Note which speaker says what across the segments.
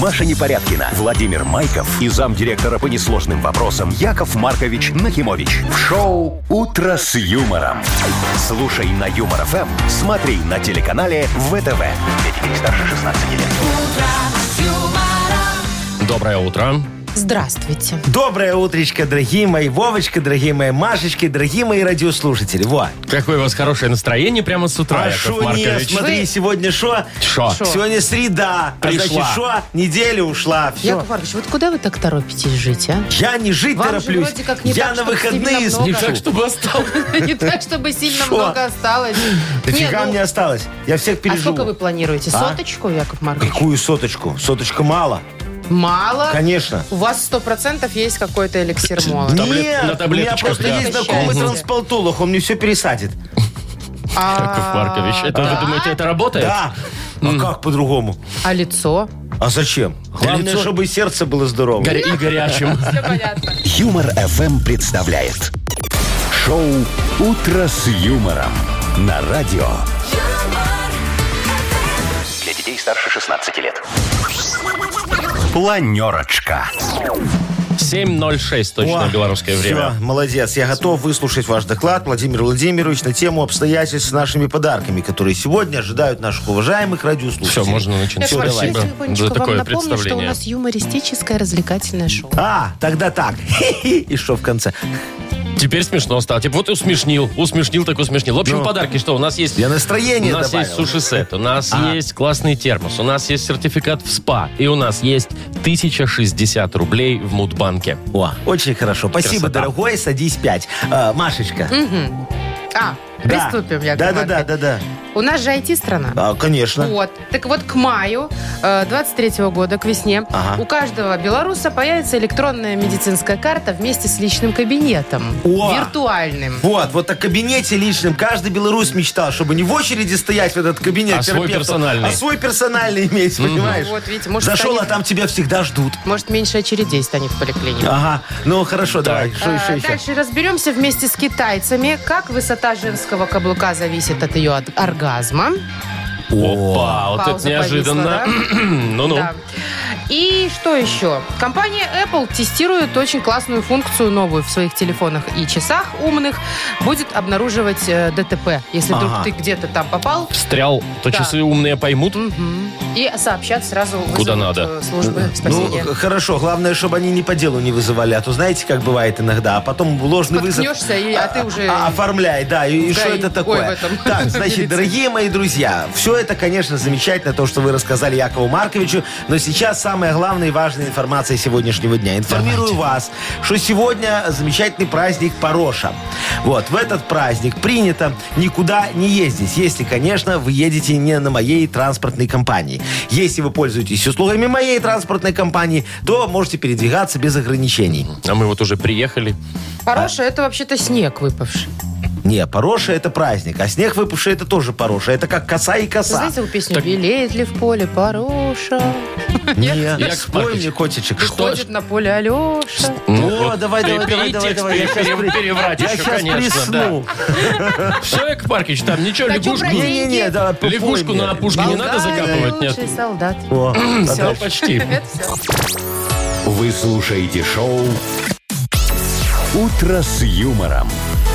Speaker 1: Маша Непорядкина, Владимир Майков и замдиректора по несложным вопросам Яков Маркович Нахимович. В шоу «Утро с юмором». Слушай на Юмор ФМ, смотри на телеканале ВТВ. Для детей старше 16 лет.
Speaker 2: Доброе утро.
Speaker 3: Здравствуйте.
Speaker 4: Доброе утречко, дорогие мои Вовочка, дорогие мои Машечки, дорогие мои радиослушатели. Во.
Speaker 2: Какое у вас хорошее настроение прямо с утра,
Speaker 4: а
Speaker 2: Яков
Speaker 4: шо не,
Speaker 2: Маркович.
Speaker 4: смотри,
Speaker 3: Вы-
Speaker 4: сегодня шо?
Speaker 2: Шо?
Speaker 3: Шо?
Speaker 4: Сегодня среда.
Speaker 2: Пришла.
Speaker 4: А значит, шо? Неделя ушла. Все.
Speaker 3: Яков Маркович, вот куда вы так торопитесь жить, а?
Speaker 4: Я не жить
Speaker 3: Вам же
Speaker 4: тороплюсь.
Speaker 3: вроде как не
Speaker 4: Я
Speaker 3: так,
Speaker 4: на
Speaker 3: чтобы
Speaker 4: выходные
Speaker 3: сильно много.
Speaker 2: Не
Speaker 3: Ну,
Speaker 2: так,
Speaker 4: снижу.
Speaker 2: чтобы осталось.
Speaker 3: Не так, чтобы сильно
Speaker 4: Шо?
Speaker 3: много осталось.
Speaker 4: Да
Speaker 3: Не,
Speaker 4: фига
Speaker 3: ну,
Speaker 4: мне осталось. Я всех
Speaker 3: А
Speaker 4: переживу.
Speaker 3: сколько вы планируете?
Speaker 4: А?
Speaker 3: Соточку, Яков Маркович?
Speaker 4: Какую соточку? Соточка мало.
Speaker 3: Мало.
Speaker 4: Конечно.
Speaker 3: У вас сто процентов есть какой-то эликсир молода.
Speaker 2: таблет- на
Speaker 4: Нет, у меня
Speaker 2: таблеточках,
Speaker 4: просто
Speaker 2: да.
Speaker 4: есть знакомый
Speaker 3: Счастье.
Speaker 4: трансплантолог, он мне все пересадит.
Speaker 3: А,
Speaker 2: Яков Маркович, это вы думаете, это работает?
Speaker 4: Да. А как по-другому?
Speaker 3: А лицо?
Speaker 4: А зачем? Главное,
Speaker 2: лицо-
Speaker 4: чтобы сердце было здоровым.
Speaker 2: Горя- И горячим.
Speaker 3: Все понятно.
Speaker 1: Юмор ФМ представляет. Шоу «Утро с юмором» на радио. Для детей старше 16 лет. Планерочка.
Speaker 2: 7.06 точно
Speaker 4: О,
Speaker 2: белорусское время.
Speaker 4: Все, молодец. Я готов выслушать ваш доклад, Владимир Владимирович, на тему обстоятельств с нашими подарками, которые сегодня ожидают наших уважаемых радиослушателей.
Speaker 2: Все, можно начинать.
Speaker 3: Яков
Speaker 4: Всё,
Speaker 3: Маркович,
Speaker 4: давай.
Speaker 3: я
Speaker 2: Спасибо
Speaker 3: тихонечко
Speaker 2: за
Speaker 3: вам
Speaker 2: такое
Speaker 3: напомню, что у
Speaker 2: представление.
Speaker 3: нас юмористическое развлекательное шоу.
Speaker 4: А, тогда так. И что в конце?
Speaker 2: Теперь смешно стало. Типа вот усмешнил, усмешнил, так усмешнил. В общем,
Speaker 4: Ну.
Speaker 2: подарки что? У нас есть...
Speaker 4: Я настроение
Speaker 2: У нас
Speaker 4: добавил.
Speaker 2: есть суши-сет, у нас есть классный термос, у нас есть сертификат в СПА, и у нас есть 1060 рублей в Мудбанке.
Speaker 4: О, очень хорошо. Спасибо,
Speaker 2: Красота.
Speaker 4: дорогой. Садись пять. А, Машечка.
Speaker 3: А,
Speaker 4: Да.
Speaker 3: приступим, Яков
Speaker 4: Да, да, да,
Speaker 3: Маркович.
Speaker 4: да, да.
Speaker 3: У нас же IT-страна.
Speaker 4: А, Конечно.
Speaker 3: Вот. Так вот, к маю 23 года, к весне,
Speaker 4: Ага.
Speaker 3: у каждого белоруса появится электронная медицинская карта вместе с личным кабинетом.
Speaker 4: О!
Speaker 3: Виртуальным.
Speaker 4: Вот, вот о кабинете личном. Каждый белорус мечтал, чтобы не в очереди стоять в этот кабинет
Speaker 2: А свой
Speaker 4: терапевта,
Speaker 2: персональный.
Speaker 4: А свой персональный иметь, понимаешь?
Speaker 3: Вот, видите, может,
Speaker 4: Зашел, а
Speaker 3: станет-
Speaker 4: там тебя всегда ждут.
Speaker 3: Может, меньше очередей станет в поликлинике.
Speaker 4: Ага, ну хорошо, давай. Что
Speaker 3: А,
Speaker 4: еще, еще?
Speaker 3: Дальше разберемся вместе с китайцами, как высота женского каблука зависит от ее от- оргазма.
Speaker 2: Опа, вот это
Speaker 3: Пауза
Speaker 2: неожиданно. Ну-ну.
Speaker 3: Да. И что еще? Компания Apple тестирует очень классную функцию новую в своих телефонах и часах умных. Будет обнаруживать э, ДТП, если вдруг
Speaker 4: Ага.
Speaker 3: ты где-то там попал.
Speaker 2: Встрял, то
Speaker 3: Да.
Speaker 2: часы умные поймут.
Speaker 3: Мгм. И сообщат сразу вызовут,
Speaker 2: Куда надо.
Speaker 3: э, службы
Speaker 4: Ну,
Speaker 3: спасения.
Speaker 4: х- хорошо, главное, чтобы они не по делу не вызывали, а то знаете, как бывает иногда, а потом ложный вызов...
Speaker 3: Споткнешься, и- а ты уже-
Speaker 4: а- оформляй, да, и, и
Speaker 3: Да,
Speaker 4: что
Speaker 3: и-
Speaker 4: это
Speaker 3: ой, в
Speaker 4: такое?
Speaker 3: этом,
Speaker 4: Так,
Speaker 3: милиции.
Speaker 4: значит, дорогие мои друзья, все это, конечно, замечательно, то, что вы рассказали Якову Марковичу, но сейчас самая главная и важная информация сегодняшнего дня. Информирую вас, что сегодня замечательный праздник Пороша. Вот, в этот праздник принято никуда не ездить, если, конечно, вы едете не на моей транспортной компании. Если вы пользуетесь услугами моей транспортной компании, то можете передвигаться без ограничений.
Speaker 2: А мы вот уже приехали.
Speaker 4: а,
Speaker 3: Хорошее, это вообще-то снег выпавший.
Speaker 4: Не, Пороша это праздник, а снег выпавший это тоже Пороша. Это как коса и коса.
Speaker 3: Знаете, у песню
Speaker 2: Так-
Speaker 3: «Белеет ли в поле Пороша?»
Speaker 4: Не,
Speaker 2: Яков
Speaker 4: спой
Speaker 2: Маркович,
Speaker 4: мне, котичек, что?
Speaker 3: Ходит на поле Алеша.
Speaker 4: О, давай,
Speaker 2: ты
Speaker 4: давай, давай, давай,
Speaker 2: перетекст,
Speaker 4: давай. Я
Speaker 2: ты
Speaker 4: щас
Speaker 2: пере-
Speaker 4: при-
Speaker 2: переврать
Speaker 4: я
Speaker 2: еще,
Speaker 4: щас
Speaker 2: конечно,
Speaker 4: присну.
Speaker 2: Все, Яков Маркович, там ничего,
Speaker 3: Да чё
Speaker 2: лягушку,
Speaker 3: брать?
Speaker 4: Не-не-не, да, попой
Speaker 2: лягушку
Speaker 4: мне.
Speaker 2: на опушке не надо закапывать? Нет. ну,
Speaker 3: Лучший солдат.
Speaker 4: О, а
Speaker 3: Всё.
Speaker 4: дальше?
Speaker 2: Почти.
Speaker 3: Это все.
Speaker 1: Вы слушаете шоу «Утро с юмором»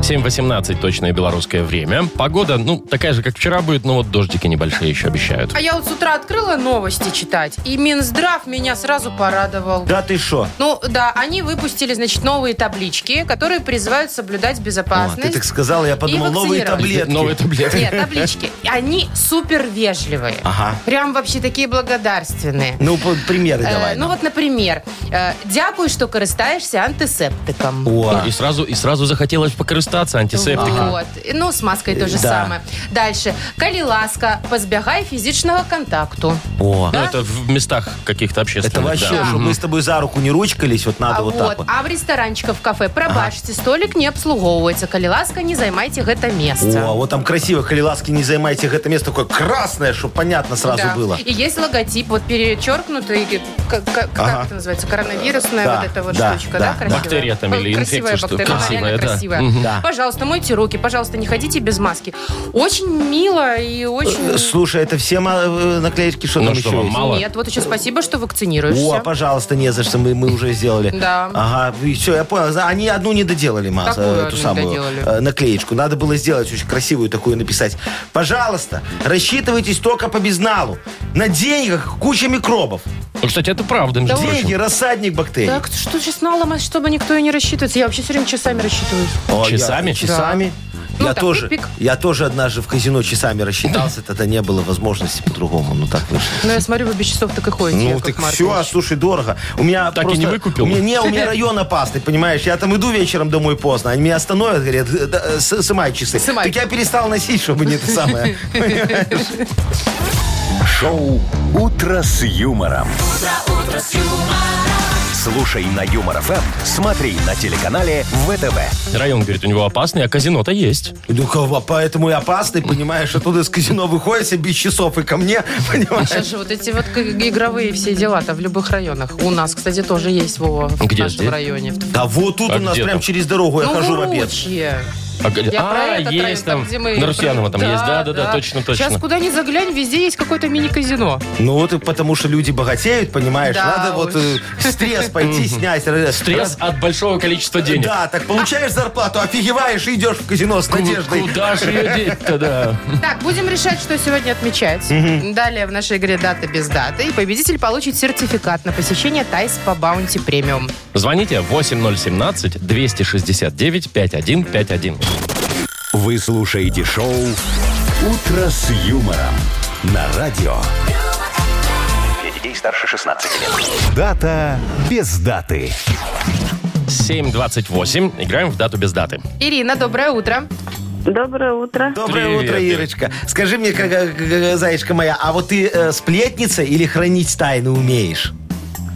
Speaker 2: 7.18 точное белорусское время. Погода, ну, такая же, как вчера будет, но вот дождики небольшие еще обещают.
Speaker 3: А я вот с утра открыла новости читать, и Минздрав меня сразу порадовал.
Speaker 4: Да ты что?
Speaker 3: Ну да, они выпустили, значит, новые таблички, которые призывают соблюдать безопасность.
Speaker 4: Ты так сказала, я подумал, новые
Speaker 3: вакцинировать.
Speaker 4: таблетки.
Speaker 2: Новые таблетки.
Speaker 3: Нет, таблички. Они супер вежливые.
Speaker 4: Ага.
Speaker 3: Прям вообще такие благодарственные.
Speaker 4: Ну, по- примеры
Speaker 3: Э,
Speaker 4: давай.
Speaker 3: ну
Speaker 4: нам.
Speaker 3: вот, например, э, дякую, что користаешься антисептиком.
Speaker 4: О,
Speaker 2: И сразу, и сразу захотелось покрыстаться антисептиком.
Speaker 3: Вот. И, Ну, с маской то же
Speaker 4: Э, да.
Speaker 3: самое. Дальше. Калі ласка, позбягай фізичного контакту.
Speaker 4: о.
Speaker 2: Ну, это в местах каких-то общественных.
Speaker 4: Это вообще,
Speaker 2: да.
Speaker 4: чтобы мы с тобой за руку не ручкались, вот надо
Speaker 3: А
Speaker 4: вот
Speaker 3: вот,
Speaker 4: так вот.
Speaker 3: а в ресторанчиках, в кафе прабачце, столик не обслуговується. Калі ласка, не займайте гэта место.
Speaker 4: О, вот там красиво, халиласки, не займайте это место такое красное, чтобы понятно сразу
Speaker 3: Да.
Speaker 4: было.
Speaker 3: И есть логотип, вот перечеркнутый, и как, как- как
Speaker 4: Ага.
Speaker 3: это называется, коронавирусная
Speaker 4: Да,
Speaker 3: вот эта вот
Speaker 4: да,
Speaker 3: штучка, да,
Speaker 4: да,
Speaker 3: красивая?
Speaker 2: Бактерия там или
Speaker 3: Красивая
Speaker 2: инфекция, что
Speaker 3: бактерия, она
Speaker 2: красивая,
Speaker 3: реально
Speaker 2: да.
Speaker 3: красивая.
Speaker 2: Мгм.
Speaker 4: Да.
Speaker 3: Пожалуйста, мойте руки, пожалуйста, не ходите без маски. Очень мило и
Speaker 4: Э,
Speaker 3: очень...
Speaker 4: Слушай, это все ма- э, наклеечки, что
Speaker 2: Ну
Speaker 4: там
Speaker 2: что
Speaker 4: еще
Speaker 2: вам,
Speaker 4: есть?
Speaker 2: мало?
Speaker 3: Нет, вот еще спасибо, что
Speaker 4: О,
Speaker 3: вакцинируешься.
Speaker 4: пожалуйста, не за что, мы, мы уже сделали.
Speaker 3: Да.
Speaker 4: Ага, все, я понял. За- Они одну не доделали, Ма,
Speaker 3: Какую
Speaker 4: э,
Speaker 3: одну
Speaker 4: эту
Speaker 3: не
Speaker 4: самую
Speaker 3: доделали?
Speaker 4: э, наклеечку. Надо было сделать очень красивую такую написать. Пожалуйста, рассчитывайтесь только по безналу. На деньгах куча микробов.
Speaker 2: Ну, кстати, это правда, между
Speaker 4: Деньги,
Speaker 2: прочим.
Speaker 4: рассадник бактерий.
Speaker 3: Так, что сейчас наломать, чтобы никто и не рассчитывается? Я вообще все время часами рассчитываюсь.
Speaker 4: О, я-
Speaker 2: Часами?
Speaker 4: часами.
Speaker 3: Ну,
Speaker 4: я,
Speaker 3: так,
Speaker 4: тоже,
Speaker 3: пик-пик.
Speaker 4: я тоже однажды в казино часами рассчитался, тогда не было возможности по-другому, ну так вышло.
Speaker 3: Но я смотрю, вы без часов так и ходите,
Speaker 4: Ну,
Speaker 3: Яков
Speaker 4: так
Speaker 3: Маркович.
Speaker 4: все, слушай, дорого. У меня
Speaker 2: Так и
Speaker 4: просто-
Speaker 2: не выкупил?
Speaker 4: У меня, не, у меня район опасный, понимаешь? Я там иду вечером домой поздно, они меня остановят, говорят, «Э, да, э, с- сымай часы.
Speaker 3: Сымай.
Speaker 4: Так я перестал носить, чтобы не это самое.
Speaker 1: Шоу «Утро с юмором». Слушай на Юмор ФМ, смотри на телеканале ВТВ.
Speaker 2: Район, говорит, у него опасный, а казино-то есть.
Speaker 4: Ну, кого- поэтому и опасный, понимаешь? Оттуда из казино выходишь и без часов и ко мне, понимаешь?
Speaker 3: Сейчас же вот эти вот к- игровые все дела-то в любых районах. У нас, кстати, тоже есть, Вова, в
Speaker 2: Где
Speaker 3: нашем
Speaker 2: здесь?
Speaker 3: районе. В-
Speaker 4: Да вот тут
Speaker 2: А
Speaker 4: у нас
Speaker 2: где
Speaker 4: прям
Speaker 2: там?
Speaker 4: через дорогу я
Speaker 3: Ну,
Speaker 4: хожу в обед.
Speaker 3: Уручье.
Speaker 2: А, г-
Speaker 3: Я про
Speaker 2: а,
Speaker 3: этот район,
Speaker 2: есть там,
Speaker 3: где мы-
Speaker 2: на Русьянова там есть, да-да-да, точно-точно.
Speaker 3: Сейчас куда ни заглянь, везде есть какое-то мини-казино.
Speaker 4: Ну вот и потому что люди богатеют, понимаешь?
Speaker 3: Да
Speaker 4: Надо вот э, стресс пойти снять. э,
Speaker 2: Стресс от большого количества денег.
Speaker 4: Да, так получаешь зарплату, офигеваешь и идешь в казино с надеждой.
Speaker 2: Куда же ее деть-то, да?
Speaker 3: Так, будем решать, что сегодня отмечать. Далее в нашей игре дата без даты. И победитель получит сертификат на посещение Тайс по Баунти Премиум.
Speaker 2: Звоните 8017-269-5151.
Speaker 1: Вы слушаете шоу «Утро с юмором» на радио. Для детей старше 16 лет. Дата без даты.
Speaker 2: 7.28. Играем в дату без даты.
Speaker 3: Ирина, доброе утро.
Speaker 5: Доброе утро.
Speaker 4: Доброе
Speaker 2: Привет,
Speaker 4: утро,
Speaker 2: Ир.
Speaker 4: Ирочка. Скажи мне, как- как- как- зайчка моя, а вот ты э, сплетница или хранить тайны умеешь?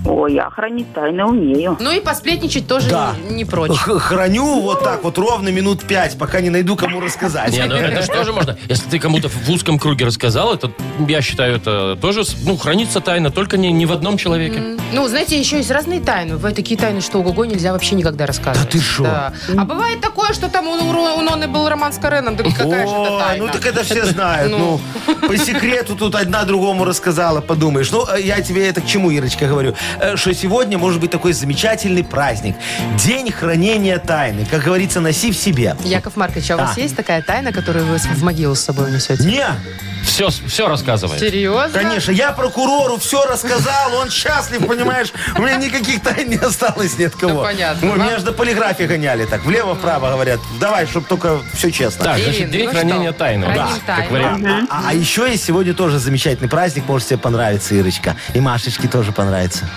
Speaker 5: Ой, я хранить тайны умею.
Speaker 3: Ну и посплетничать тоже
Speaker 4: Да.
Speaker 3: не, не прочь.
Speaker 4: Х- храню вот так вот ровно минут пять, пока не найду кому рассказать.
Speaker 2: Не, ну это же тоже можно. Если ты кому-то в узком круге рассказал, это, я считаю, это тоже, ну, хранится тайна, только не, не в одном человеке.
Speaker 3: Ну, знаете, еще есть разные тайны. Бывают такие тайны, что ого-го нельзя вообще никогда рассказывать.
Speaker 4: Да ты шо?
Speaker 3: Да. А бывает такое, что там у, у- у Ноны был роман с Кареном. Да какая же это
Speaker 4: О,
Speaker 3: тайна?
Speaker 4: ну так это все знают.
Speaker 3: Ну.
Speaker 4: Ну, по секрету тут одна другому рассказала, подумаешь. Ну, э, я тебе это к чему, Ирочка, говорю? Э, Что сегодня может быть такой замечательный праздник. День хранения тайны. Как говорится, носи в себе.
Speaker 3: Яков Маркович, а у вас
Speaker 4: Да.
Speaker 3: есть такая тайна, которую вы с- в могилу с собой унесете?
Speaker 4: Не,
Speaker 2: Все, все рассказывает.
Speaker 3: Серьезно?
Speaker 4: Конечно, я прокурору все рассказал, он счастлив, понимаешь? У меня никаких тайн не осталось ни от кого.
Speaker 3: Ну, понятно.
Speaker 4: Ой,
Speaker 3: Вам-
Speaker 4: Меня же на полиграфе гоняли так, влево-вправо говорят, давай, чтобы только все честно.
Speaker 2: Так,
Speaker 3: Ирина,
Speaker 2: значит, день
Speaker 3: ну
Speaker 2: хранения
Speaker 3: что,
Speaker 2: тайны.
Speaker 3: храним
Speaker 2: Да,
Speaker 3: тайну.
Speaker 2: Как вариант.
Speaker 4: А, а еще есть сегодня тоже замечательный праздник, может тебе понравится, Ирочка. И Машечке тоже понравится.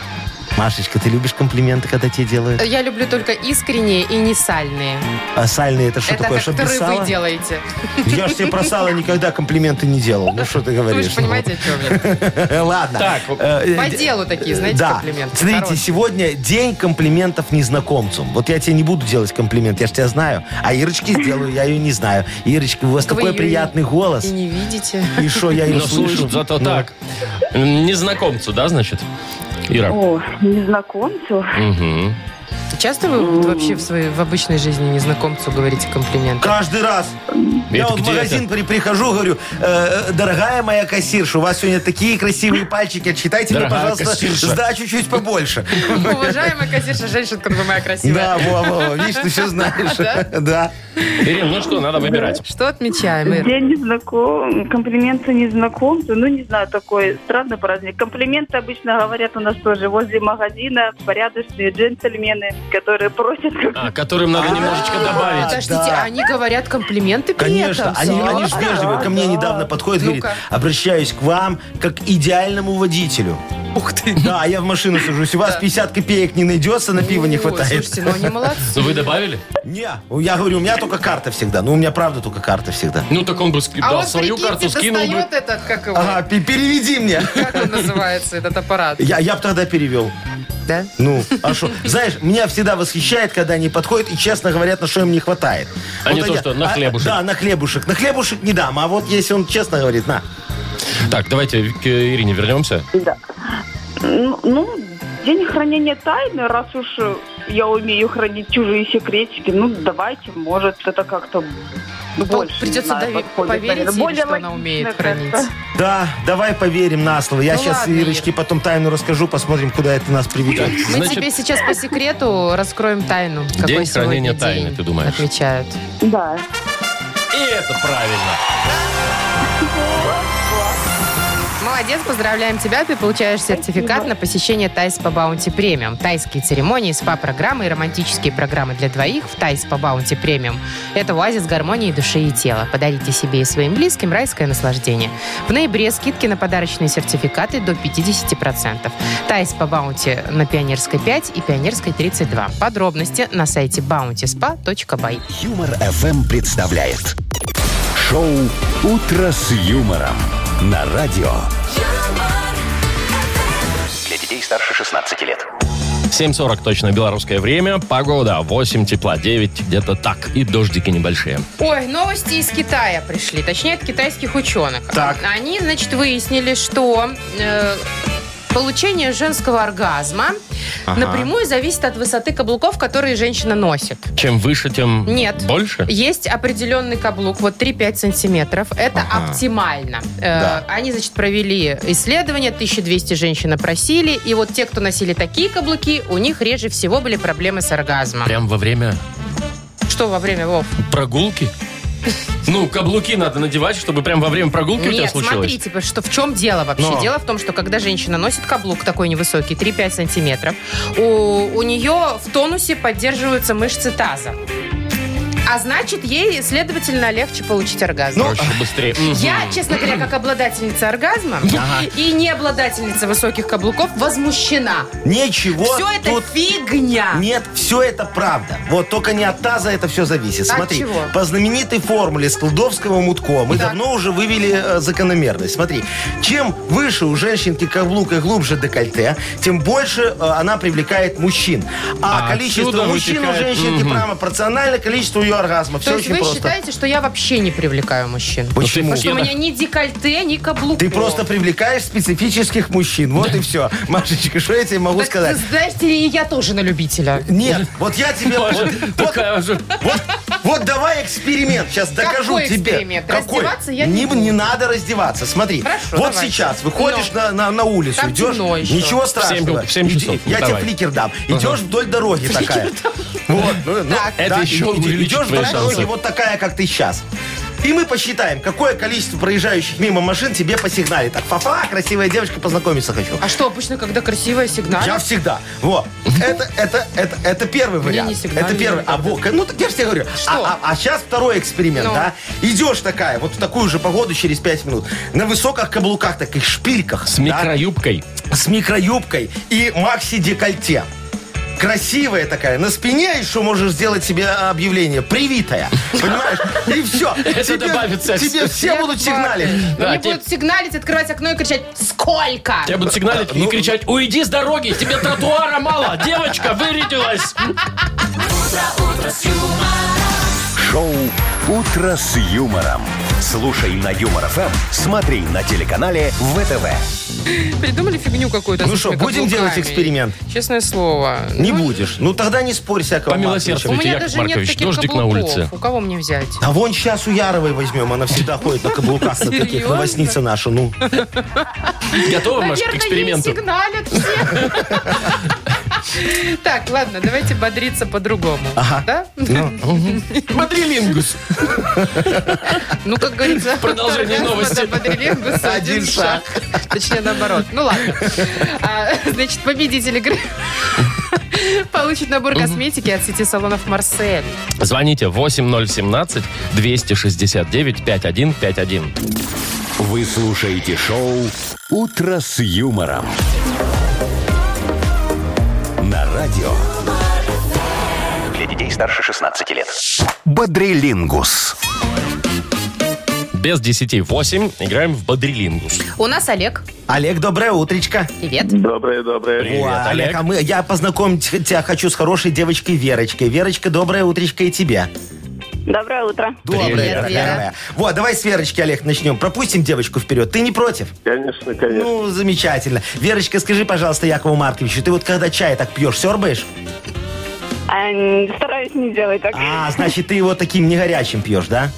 Speaker 4: Машечка, ты любишь комплименты, когда тебе делают?
Speaker 3: Я люблю только искренние и не сальные.
Speaker 4: А сальные это что
Speaker 3: это
Speaker 4: такое? Что,
Speaker 3: которые
Speaker 4: без сала?
Speaker 3: вы делаете.
Speaker 4: Я же тебе про сало никогда комплименты не делал. Ну что ты
Speaker 3: Вы
Speaker 4: говоришь?
Speaker 3: же понимаете, о чем
Speaker 4: Ну, Ладно.
Speaker 2: Так,
Speaker 4: Э,
Speaker 3: я. По
Speaker 4: э,
Speaker 3: делу такие, знаете,
Speaker 4: да.
Speaker 3: комплименты.
Speaker 4: Смотрите,
Speaker 3: Хорошие.
Speaker 4: сегодня день комплиментов незнакомцам. Вот я тебе не буду делать комплимент, я же тебя знаю. А Ирочке сделаю, я ее не знаю. Ирочка, у вас
Speaker 3: Так вы
Speaker 4: такой
Speaker 3: ее
Speaker 4: приятный голос.
Speaker 3: И не видите.
Speaker 4: И что, я ее
Speaker 2: Но
Speaker 4: слышу?
Speaker 2: слышат зато
Speaker 4: Ну,
Speaker 2: так. Незнакомцу, да, значит? Ира.
Speaker 5: О, незнакомцу.
Speaker 2: Мгм.
Speaker 3: Часто вы вот вообще в своей в обычной жизни незнакомцу говорите комплименты?
Speaker 4: Каждый раз. я
Speaker 2: Это
Speaker 4: вот в
Speaker 2: где
Speaker 4: магазин при- прихожу, говорю, «Э, э, дорогая моя кассирша, у вас сегодня такие красивые пальчики, отсчитайте мне,
Speaker 2: Дорогая
Speaker 4: пожалуйста,
Speaker 2: кассирша».
Speaker 4: сдачу чуть побольше.
Speaker 3: Уважаемая кассирша, женщинка, вы моя
Speaker 4: Да,
Speaker 3: красивая.
Speaker 4: во, во, во, видишь, ты все знаешь. Да.
Speaker 2: Ирина, ну что, надо выбирать.
Speaker 3: Что отмечаем, Ир?
Speaker 5: День незнаком... Комплименты незнакомцу. Ну, не знаю, такой странный праздник. Комплименты обычно говорят у нас тоже возле магазина. Порядочные джентльмены, которые просят...
Speaker 2: А, которым надо немножечко
Speaker 3: А.
Speaker 2: добавить.
Speaker 3: Подождите,
Speaker 4: да.
Speaker 3: они говорят комплименты при
Speaker 4: Конечно,
Speaker 3: этом.
Speaker 4: они, они ж
Speaker 3: Серьезно?
Speaker 4: вежливые. Ко мне недавно подходит, говорит,
Speaker 3: Ну-ка.
Speaker 4: обращаюсь к вам как идеальному водителю.
Speaker 3: Ух ты.
Speaker 4: Да, я в машину сажусь, у вас 50 копеек не найдется, на пиво не
Speaker 3: Ой,
Speaker 4: хватает.
Speaker 3: Слушайте, ну они молодцы.
Speaker 2: Ну, вы добавили?
Speaker 4: Не, я говорю, у меня только карта всегда. Ну, у меня правда только карта всегда.
Speaker 2: Ну, так он бы ски-
Speaker 3: А
Speaker 2: дал
Speaker 3: он,
Speaker 2: свою
Speaker 3: прикиньте,
Speaker 2: карту, скинул бы.
Speaker 3: достает этот, как его,
Speaker 4: Ага, пе- переведи мне.
Speaker 3: как он называется, этот аппарат.
Speaker 4: Я, я бы тогда перевел.
Speaker 3: Да?
Speaker 4: Ну, а что? Знаешь, меня всегда восхищает, когда они подходят и честно говорят, на что им не хватает.
Speaker 2: А не то, что на хлебушек.
Speaker 4: да, на хлебушек. На хлебушек не дам, а вот если он честно говорит, на.
Speaker 2: Так, давайте к Ирине вернемся.
Speaker 5: Да. Ну, ну, День хранения тайны, раз уж я умею хранить чужие секретики, ну давайте, может, это как-то
Speaker 3: Ну, пол-
Speaker 5: больше. не
Speaker 3: придется
Speaker 5: знаю,
Speaker 3: дови-
Speaker 5: подходит,
Speaker 3: поверить
Speaker 5: наверное.
Speaker 3: ей,
Speaker 5: Более
Speaker 3: что она
Speaker 5: логично
Speaker 3: умеет
Speaker 5: как-то.
Speaker 3: хранить.
Speaker 4: Да, давай поверим на слово. Я
Speaker 3: Ну
Speaker 4: сейчас
Speaker 3: ладно,
Speaker 4: Ирочке
Speaker 3: Ир.
Speaker 4: потом тайну расскажу, посмотрим, куда это нас приведет.
Speaker 3: Мы
Speaker 2: Значит-
Speaker 3: тебе сейчас по секрету раскроем тайну. какой
Speaker 2: День
Speaker 3: сегодня
Speaker 2: хранения
Speaker 3: день,
Speaker 2: тайны, ты думаешь?
Speaker 3: Отмечают.
Speaker 5: Да.
Speaker 2: И это правильно.
Speaker 3: Молодец, поздравляем тебя. Ты получаешь сертификат на посещение Тайс по Баунти Премиум. Тайские церемонии, СПА-программы и романтические программы для двоих в Тайс по Баунти Премиум. Это оазис гармонии души и тела. Подарите себе и своим близким райское наслаждение. В ноябре скидки на подарочные сертификаты до 50%. Тайс по Баунти на Пионерской 5 и Пионерской 32. Подробности на сайте bountyspa.by.
Speaker 1: Юмор FM представляет шоу Утро с юмором на радио.
Speaker 6: юмор,
Speaker 7: Для детей старше 16 лет.
Speaker 2: 7.40 точно белорусское время. Погода 8 тепла, 9 где-то так. И дождики небольшие.
Speaker 3: Ой, новости из Китая пришли, точнее от китайских ученых.
Speaker 4: Так.
Speaker 3: Они, значит, выяснили, что э, получение женского оргазма напрямую зависит от высоты каблуков, которые женщина носит.
Speaker 2: Чем выше, тем
Speaker 3: Нет.
Speaker 2: больше?
Speaker 3: Есть определенный каблук, вот 3-5 сантиметров. Это оптимально. Э, Они, значит, провели исследование, 1200 женщин опросили, и вот те, кто носили такие каблуки, у них реже всего были проблемы с оргазмом.
Speaker 2: Прям во время
Speaker 3: Что во время, Вов?
Speaker 2: прогулки? Ну, каблуки надо надевать, чтобы прям во время прогулки у тебя
Speaker 3: Нет,
Speaker 2: случилось.
Speaker 3: смотрите, что в чем дело вообще?
Speaker 2: Но.
Speaker 3: Дело в том, что когда женщина носит каблук такой невысокий, 3-5 сантиметров, у, у нее в тонусе поддерживаются мышцы таза. А значит, ей, следовательно, легче получить оргазм.
Speaker 4: Ну,
Speaker 2: Проще, быстрее. Мгм.
Speaker 3: Я, честно говоря, как обладательница оргазма
Speaker 4: Ну,
Speaker 3: и не обладательница высоких каблуков возмущена.
Speaker 4: Ничего
Speaker 3: Все это
Speaker 4: тут
Speaker 3: фигня.
Speaker 4: Нет, все это правда. Вот только не от таза это все зависит.
Speaker 3: От
Speaker 4: Смотри,
Speaker 3: чего?
Speaker 4: по знаменитой формуле Сколдовского мутко мы
Speaker 3: Так.
Speaker 4: давно уже вывели э, закономерность. Смотри, чем выше у женщинки каблук и глубже декольте, тем больше э, она привлекает мужчин. А,
Speaker 2: А
Speaker 4: количество
Speaker 2: отсюда
Speaker 4: мужчин у
Speaker 2: вытекает,
Speaker 4: женщинки
Speaker 2: мгм.
Speaker 4: прямо пропорционально количеству ее оргазма.
Speaker 3: То
Speaker 4: Все
Speaker 3: есть
Speaker 4: очень
Speaker 3: вы
Speaker 4: просто.
Speaker 3: считаете, что я вообще не привлекаю мужчин?
Speaker 2: Почему?
Speaker 3: Потому что у
Speaker 2: Я-
Speaker 3: меня ни декольте, ни каблуков.
Speaker 4: Ты просто привлекаешь специфических мужчин. Вот и все. Машечка, что я тебе могу
Speaker 3: Так,
Speaker 4: сказать?
Speaker 3: знаете, и я тоже на любителя.
Speaker 4: Нет, вот я тебе...
Speaker 2: Маша,
Speaker 4: вот- вот-
Speaker 2: такая уже.
Speaker 4: Вот, вот давай эксперимент. Сейчас докажу
Speaker 3: Какой
Speaker 4: тебе.
Speaker 3: эксперимент? Раздеваться я не
Speaker 4: не,
Speaker 3: буду.
Speaker 4: не надо раздеваться. Смотри.
Speaker 3: Хорошо,
Speaker 4: вот
Speaker 3: давай.
Speaker 4: сейчас выходишь
Speaker 3: Ну.
Speaker 4: на, на, на улицу,
Speaker 3: Там
Speaker 4: идешь.
Speaker 3: темно еще.
Speaker 4: Ничего страшного.
Speaker 2: В семь- в семь
Speaker 4: Иди-
Speaker 2: часов. Ну,
Speaker 4: я тебе
Speaker 2: давай.
Speaker 4: фликер дам. Идешь вдоль дороги такая. Вот, ну, ну,
Speaker 2: Это
Speaker 4: да,
Speaker 2: еще
Speaker 4: иди- иди-
Speaker 2: увеличит
Speaker 4: Идешь
Speaker 2: твои
Speaker 4: вдоль дороги
Speaker 2: шансы.
Speaker 4: вот такая, как ты сейчас. И мы посчитаем, какое количество проезжающих мимо машин тебе посигналит. Так, фа-фа, красивая девочка, познакомиться хочу.
Speaker 3: А что, обычно, когда красивая сигнал?
Speaker 4: Я всегда. Вот. Это, это, это, это первый вариант.
Speaker 3: не сигналили
Speaker 4: это первый. А вот, ну так я же тебе говорю.
Speaker 3: Что?
Speaker 4: А, сейчас второй эксперимент,
Speaker 3: Ну.
Speaker 4: да? Идешь такая, вот в такую же погоду через 5 минут, на высоких каблуках, таких шпильках.
Speaker 2: С
Speaker 4: да,
Speaker 2: микроюбкой.
Speaker 4: С микроюбкой и макси-декольте. Красивая такая, на спине еще можешь сделать себе объявление. Привитая. Понимаешь? И все.
Speaker 2: Это
Speaker 4: Тебе-
Speaker 2: добавит секса.
Speaker 4: Тебе все будут сигналить.
Speaker 2: Да,
Speaker 3: Мне
Speaker 2: те-
Speaker 3: будут сигналить, открывать окно и кричать «Сколько?»
Speaker 2: Тебя будут сигналить и кричать, уйди с дороги, тебе тротуара мало, девочка вырядилась.
Speaker 1: Шоу Утро с юмором. Слушай на Юмор ФМ, смотри на телеканале ВТВ.
Speaker 3: Придумали фигню какую-то. с
Speaker 4: Ну что,
Speaker 3: этими
Speaker 4: будем
Speaker 3: каблуками.
Speaker 4: делать эксперимент?
Speaker 3: Честное слово.
Speaker 4: Не
Speaker 3: Ну,
Speaker 4: будешь. Ну тогда не спорь всякого.
Speaker 2: Помилосердствуйте.
Speaker 3: У
Speaker 4: Марковича.
Speaker 3: меня
Speaker 2: Яков
Speaker 3: даже
Speaker 2: Маркович,
Speaker 3: нет таких
Speaker 2: дождик на
Speaker 3: каблуков.
Speaker 2: улице.
Speaker 3: У кого мне взять?
Speaker 4: А вон сейчас у Яровой возьмем, она всегда ходит на каблуках на таких,
Speaker 3: Серьезно?
Speaker 4: новостница наша, ну.
Speaker 2: Готовы, Маш, к
Speaker 3: Наверное, ей
Speaker 2: эксперименту?
Speaker 3: сигналят все. Так, ладно, давайте бодриться по-другому. Да?
Speaker 2: Бодрилингус.
Speaker 3: Ну, как говорится...
Speaker 2: Продолжение новости.
Speaker 3: господа Бодрилингуса Один
Speaker 4: Один
Speaker 3: шаг.
Speaker 4: шаг.
Speaker 3: Точнее, наоборот. Ну, ладно. А, Значит, победитель игры получит набор косметики от сети салонов «Марсель».
Speaker 2: Звоните 8017-269-5151.
Speaker 1: Вы слушаете шоу Утро с юмором. На радио
Speaker 7: Для детей старше 16 лет.
Speaker 1: Бодрилингус.
Speaker 2: Без 10-8 играем в Бодрилингус.
Speaker 3: У нас Олег.
Speaker 4: Олег, доброе утречко.
Speaker 3: Привет.
Speaker 8: Доброе, доброе.
Speaker 2: Привет,
Speaker 4: О,
Speaker 2: Олег.
Speaker 4: а мы, я познакомить х- тебя хочу с хорошей девочкой Верочкой. Верочка, доброе утречко и тебе.
Speaker 5: Доброе утро.
Speaker 4: Доброе,
Speaker 3: Привет,
Speaker 4: дорогая. Вот, давай с Верочки, Олег, начнем. Пропустим девочку вперед. Ты не против?
Speaker 6: Конечно, конечно.
Speaker 4: Ну, замечательно. Верочка, скажи, пожалуйста, Якову Марковичу, ты вот когда чай так пьешь, сербаешь?
Speaker 5: А, м, стараюсь не делать так.
Speaker 4: А, значит, ты его таким не горячим пьешь, да?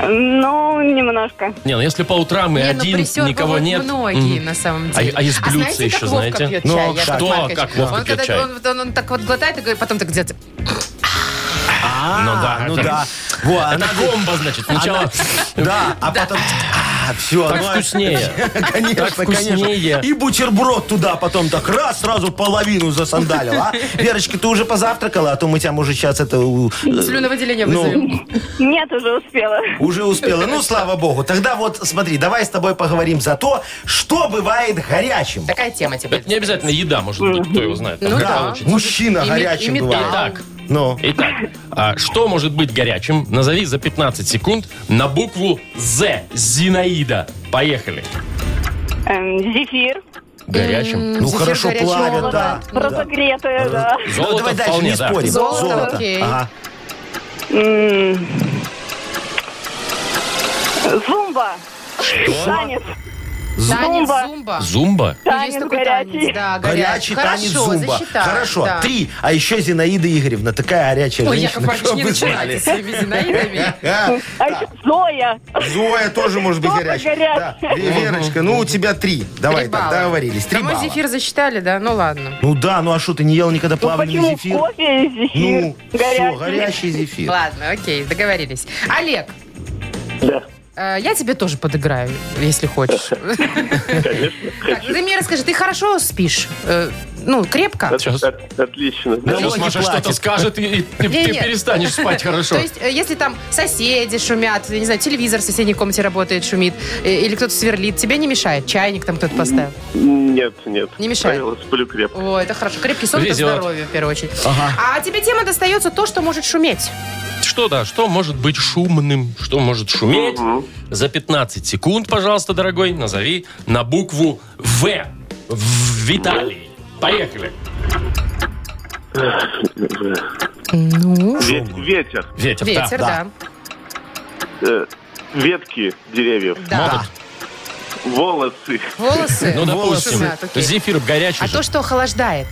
Speaker 5: Ну, немножко.
Speaker 2: Не, ну если по утрам и
Speaker 3: Не, ну,
Speaker 2: один,
Speaker 3: присёрбывают
Speaker 2: никого нет.
Speaker 3: многие,
Speaker 2: Мгм.
Speaker 3: на самом
Speaker 2: А-
Speaker 3: деле.
Speaker 2: а из блюдца
Speaker 3: знаете,
Speaker 2: еще,
Speaker 3: как Вовка
Speaker 2: знаете?
Speaker 3: пьет
Speaker 4: Ну,
Speaker 3: чай, Яков
Speaker 2: что,
Speaker 3: Маркович?
Speaker 2: как Вовка
Speaker 3: он,
Speaker 2: пьет
Speaker 3: когда-
Speaker 2: чай?
Speaker 3: Он, он- он так вот глотает, и говорит, потом так делает.
Speaker 4: А,
Speaker 2: Ну да,
Speaker 4: ну
Speaker 2: это-
Speaker 4: да. Во,
Speaker 2: Это
Speaker 4: она-
Speaker 2: бомба, значит. Сначала
Speaker 4: она- Да, а потом... все,
Speaker 2: так вкуснее.
Speaker 4: Конечно,
Speaker 2: Так вкуснее.
Speaker 4: конечно. И бутерброд туда потом так раз, сразу половину засандалил, а? Верочка, ты уже позавтракала, а то мы тебя, может, сейчас это... у-
Speaker 3: Слюновыделение
Speaker 4: Ну.
Speaker 3: вызовем.
Speaker 5: Нет, уже успела.
Speaker 4: Уже успела. Ну, слава богу. Тогда вот, смотри, давай с тобой поговорим за то, что бывает горячим.
Speaker 3: Такая тема тебе.
Speaker 2: Это не обязательно еда, может быть, кто его знает.
Speaker 3: Ну да.
Speaker 4: Мужчина
Speaker 3: И ме-
Speaker 4: горячим
Speaker 3: и
Speaker 4: бывает.
Speaker 3: металл.
Speaker 2: Итак,
Speaker 4: Ну,
Speaker 2: итак, а что может быть горячим? Назови за 15 секунд на букву З. Зинаида. Поехали.
Speaker 5: Эм, зефир.
Speaker 2: Горячим.
Speaker 4: ну
Speaker 3: зефир
Speaker 4: хорошо
Speaker 3: горячего
Speaker 4: плавят, Ну да. Ну,
Speaker 3: молока.
Speaker 5: Разогретое, да.
Speaker 2: Золото
Speaker 4: давай дальше,
Speaker 2: вполне,
Speaker 4: не
Speaker 2: да.
Speaker 4: спорим.
Speaker 3: Золото, окей.
Speaker 4: Ага.
Speaker 5: М. Зумба. Танец.
Speaker 3: Танец
Speaker 5: Зумба.
Speaker 3: зумба.
Speaker 2: Зумба?
Speaker 3: Ну, есть
Speaker 5: Танец
Speaker 3: такой
Speaker 5: горячий.
Speaker 3: танец, да, горячий.
Speaker 4: Горячий танец
Speaker 3: Хорошо,
Speaker 4: зумба.
Speaker 3: засчитаем,
Speaker 4: Хорошо,
Speaker 3: да.
Speaker 4: три. А еще Зинаида Игоревна, такая горячая
Speaker 3: Ой, Яков
Speaker 4: женщина,
Speaker 3: Маркович,
Speaker 4: что
Speaker 3: не
Speaker 4: вы
Speaker 3: начинайте
Speaker 4: знали.
Speaker 3: с своими Зинаидами.
Speaker 4: А,
Speaker 5: А еще Зоя. Ну,
Speaker 4: Зоя тоже может быть
Speaker 5: Тоже
Speaker 4: горячая.
Speaker 5: горячая.
Speaker 4: Да. Ве- Верочка, ну у тебя три. Давай
Speaker 3: Три
Speaker 4: так,
Speaker 3: балла.
Speaker 4: договорились. Три
Speaker 3: Домой
Speaker 4: балла.
Speaker 3: А зефир засчитали, да? Ну ладно.
Speaker 4: Ну да, ну а что, ты не ел никогда
Speaker 5: Ну
Speaker 4: плавленый
Speaker 5: почему
Speaker 4: зефир?
Speaker 5: кофе и зефир?
Speaker 4: Ну,
Speaker 5: горячий.
Speaker 4: все, горячий зефир.
Speaker 3: Ладно, окей, договорились. Олег,
Speaker 6: Да,
Speaker 3: э, я тебе тоже подыграю, если хочешь.
Speaker 6: конечно.
Speaker 3: Так, ты мне расскажи, ты хорошо спишь? Э, Ну, крепко?
Speaker 6: От- от- Отлично.
Speaker 4: Да.
Speaker 2: Сейчас
Speaker 4: Налоги
Speaker 2: Маша
Speaker 4: платят.
Speaker 2: что-то скажет, и, и ты,
Speaker 3: Не-не.
Speaker 2: ты перестанешь спать хорошо.
Speaker 3: То есть, э, если там соседи шумят, я не знаю, телевизор в соседней комнате работает, шумит, э, или кто-то сверлит, тебе не мешает? Чайник там кто-то поставил?
Speaker 6: Нет, нет.
Speaker 3: Не мешает.
Speaker 6: Правило, сплю крепко.
Speaker 3: О, это хорошо. Крепкий сон, это
Speaker 2: Везет.
Speaker 3: здоровье, в первую очередь. А тебе тема достается то, что может шуметь.
Speaker 2: Что, да, что может быть шумным, что может шуметь?
Speaker 6: Мгм.
Speaker 2: За 15 секунд, пожалуйста, дорогой, назови на букву В. В- Виталий. Поехали.
Speaker 3: Ну,
Speaker 6: Ве- Ветер.
Speaker 2: Ветер, да.
Speaker 3: ветер, да.
Speaker 6: Э, Ветки деревьев.
Speaker 3: Да.
Speaker 6: Волосы.
Speaker 3: Волосы.
Speaker 2: Ну,
Speaker 3: Волосы
Speaker 2: допустим,
Speaker 3: шумят, окей.
Speaker 2: зефир горячий.
Speaker 3: А
Speaker 2: же.
Speaker 3: то, что охлаждает.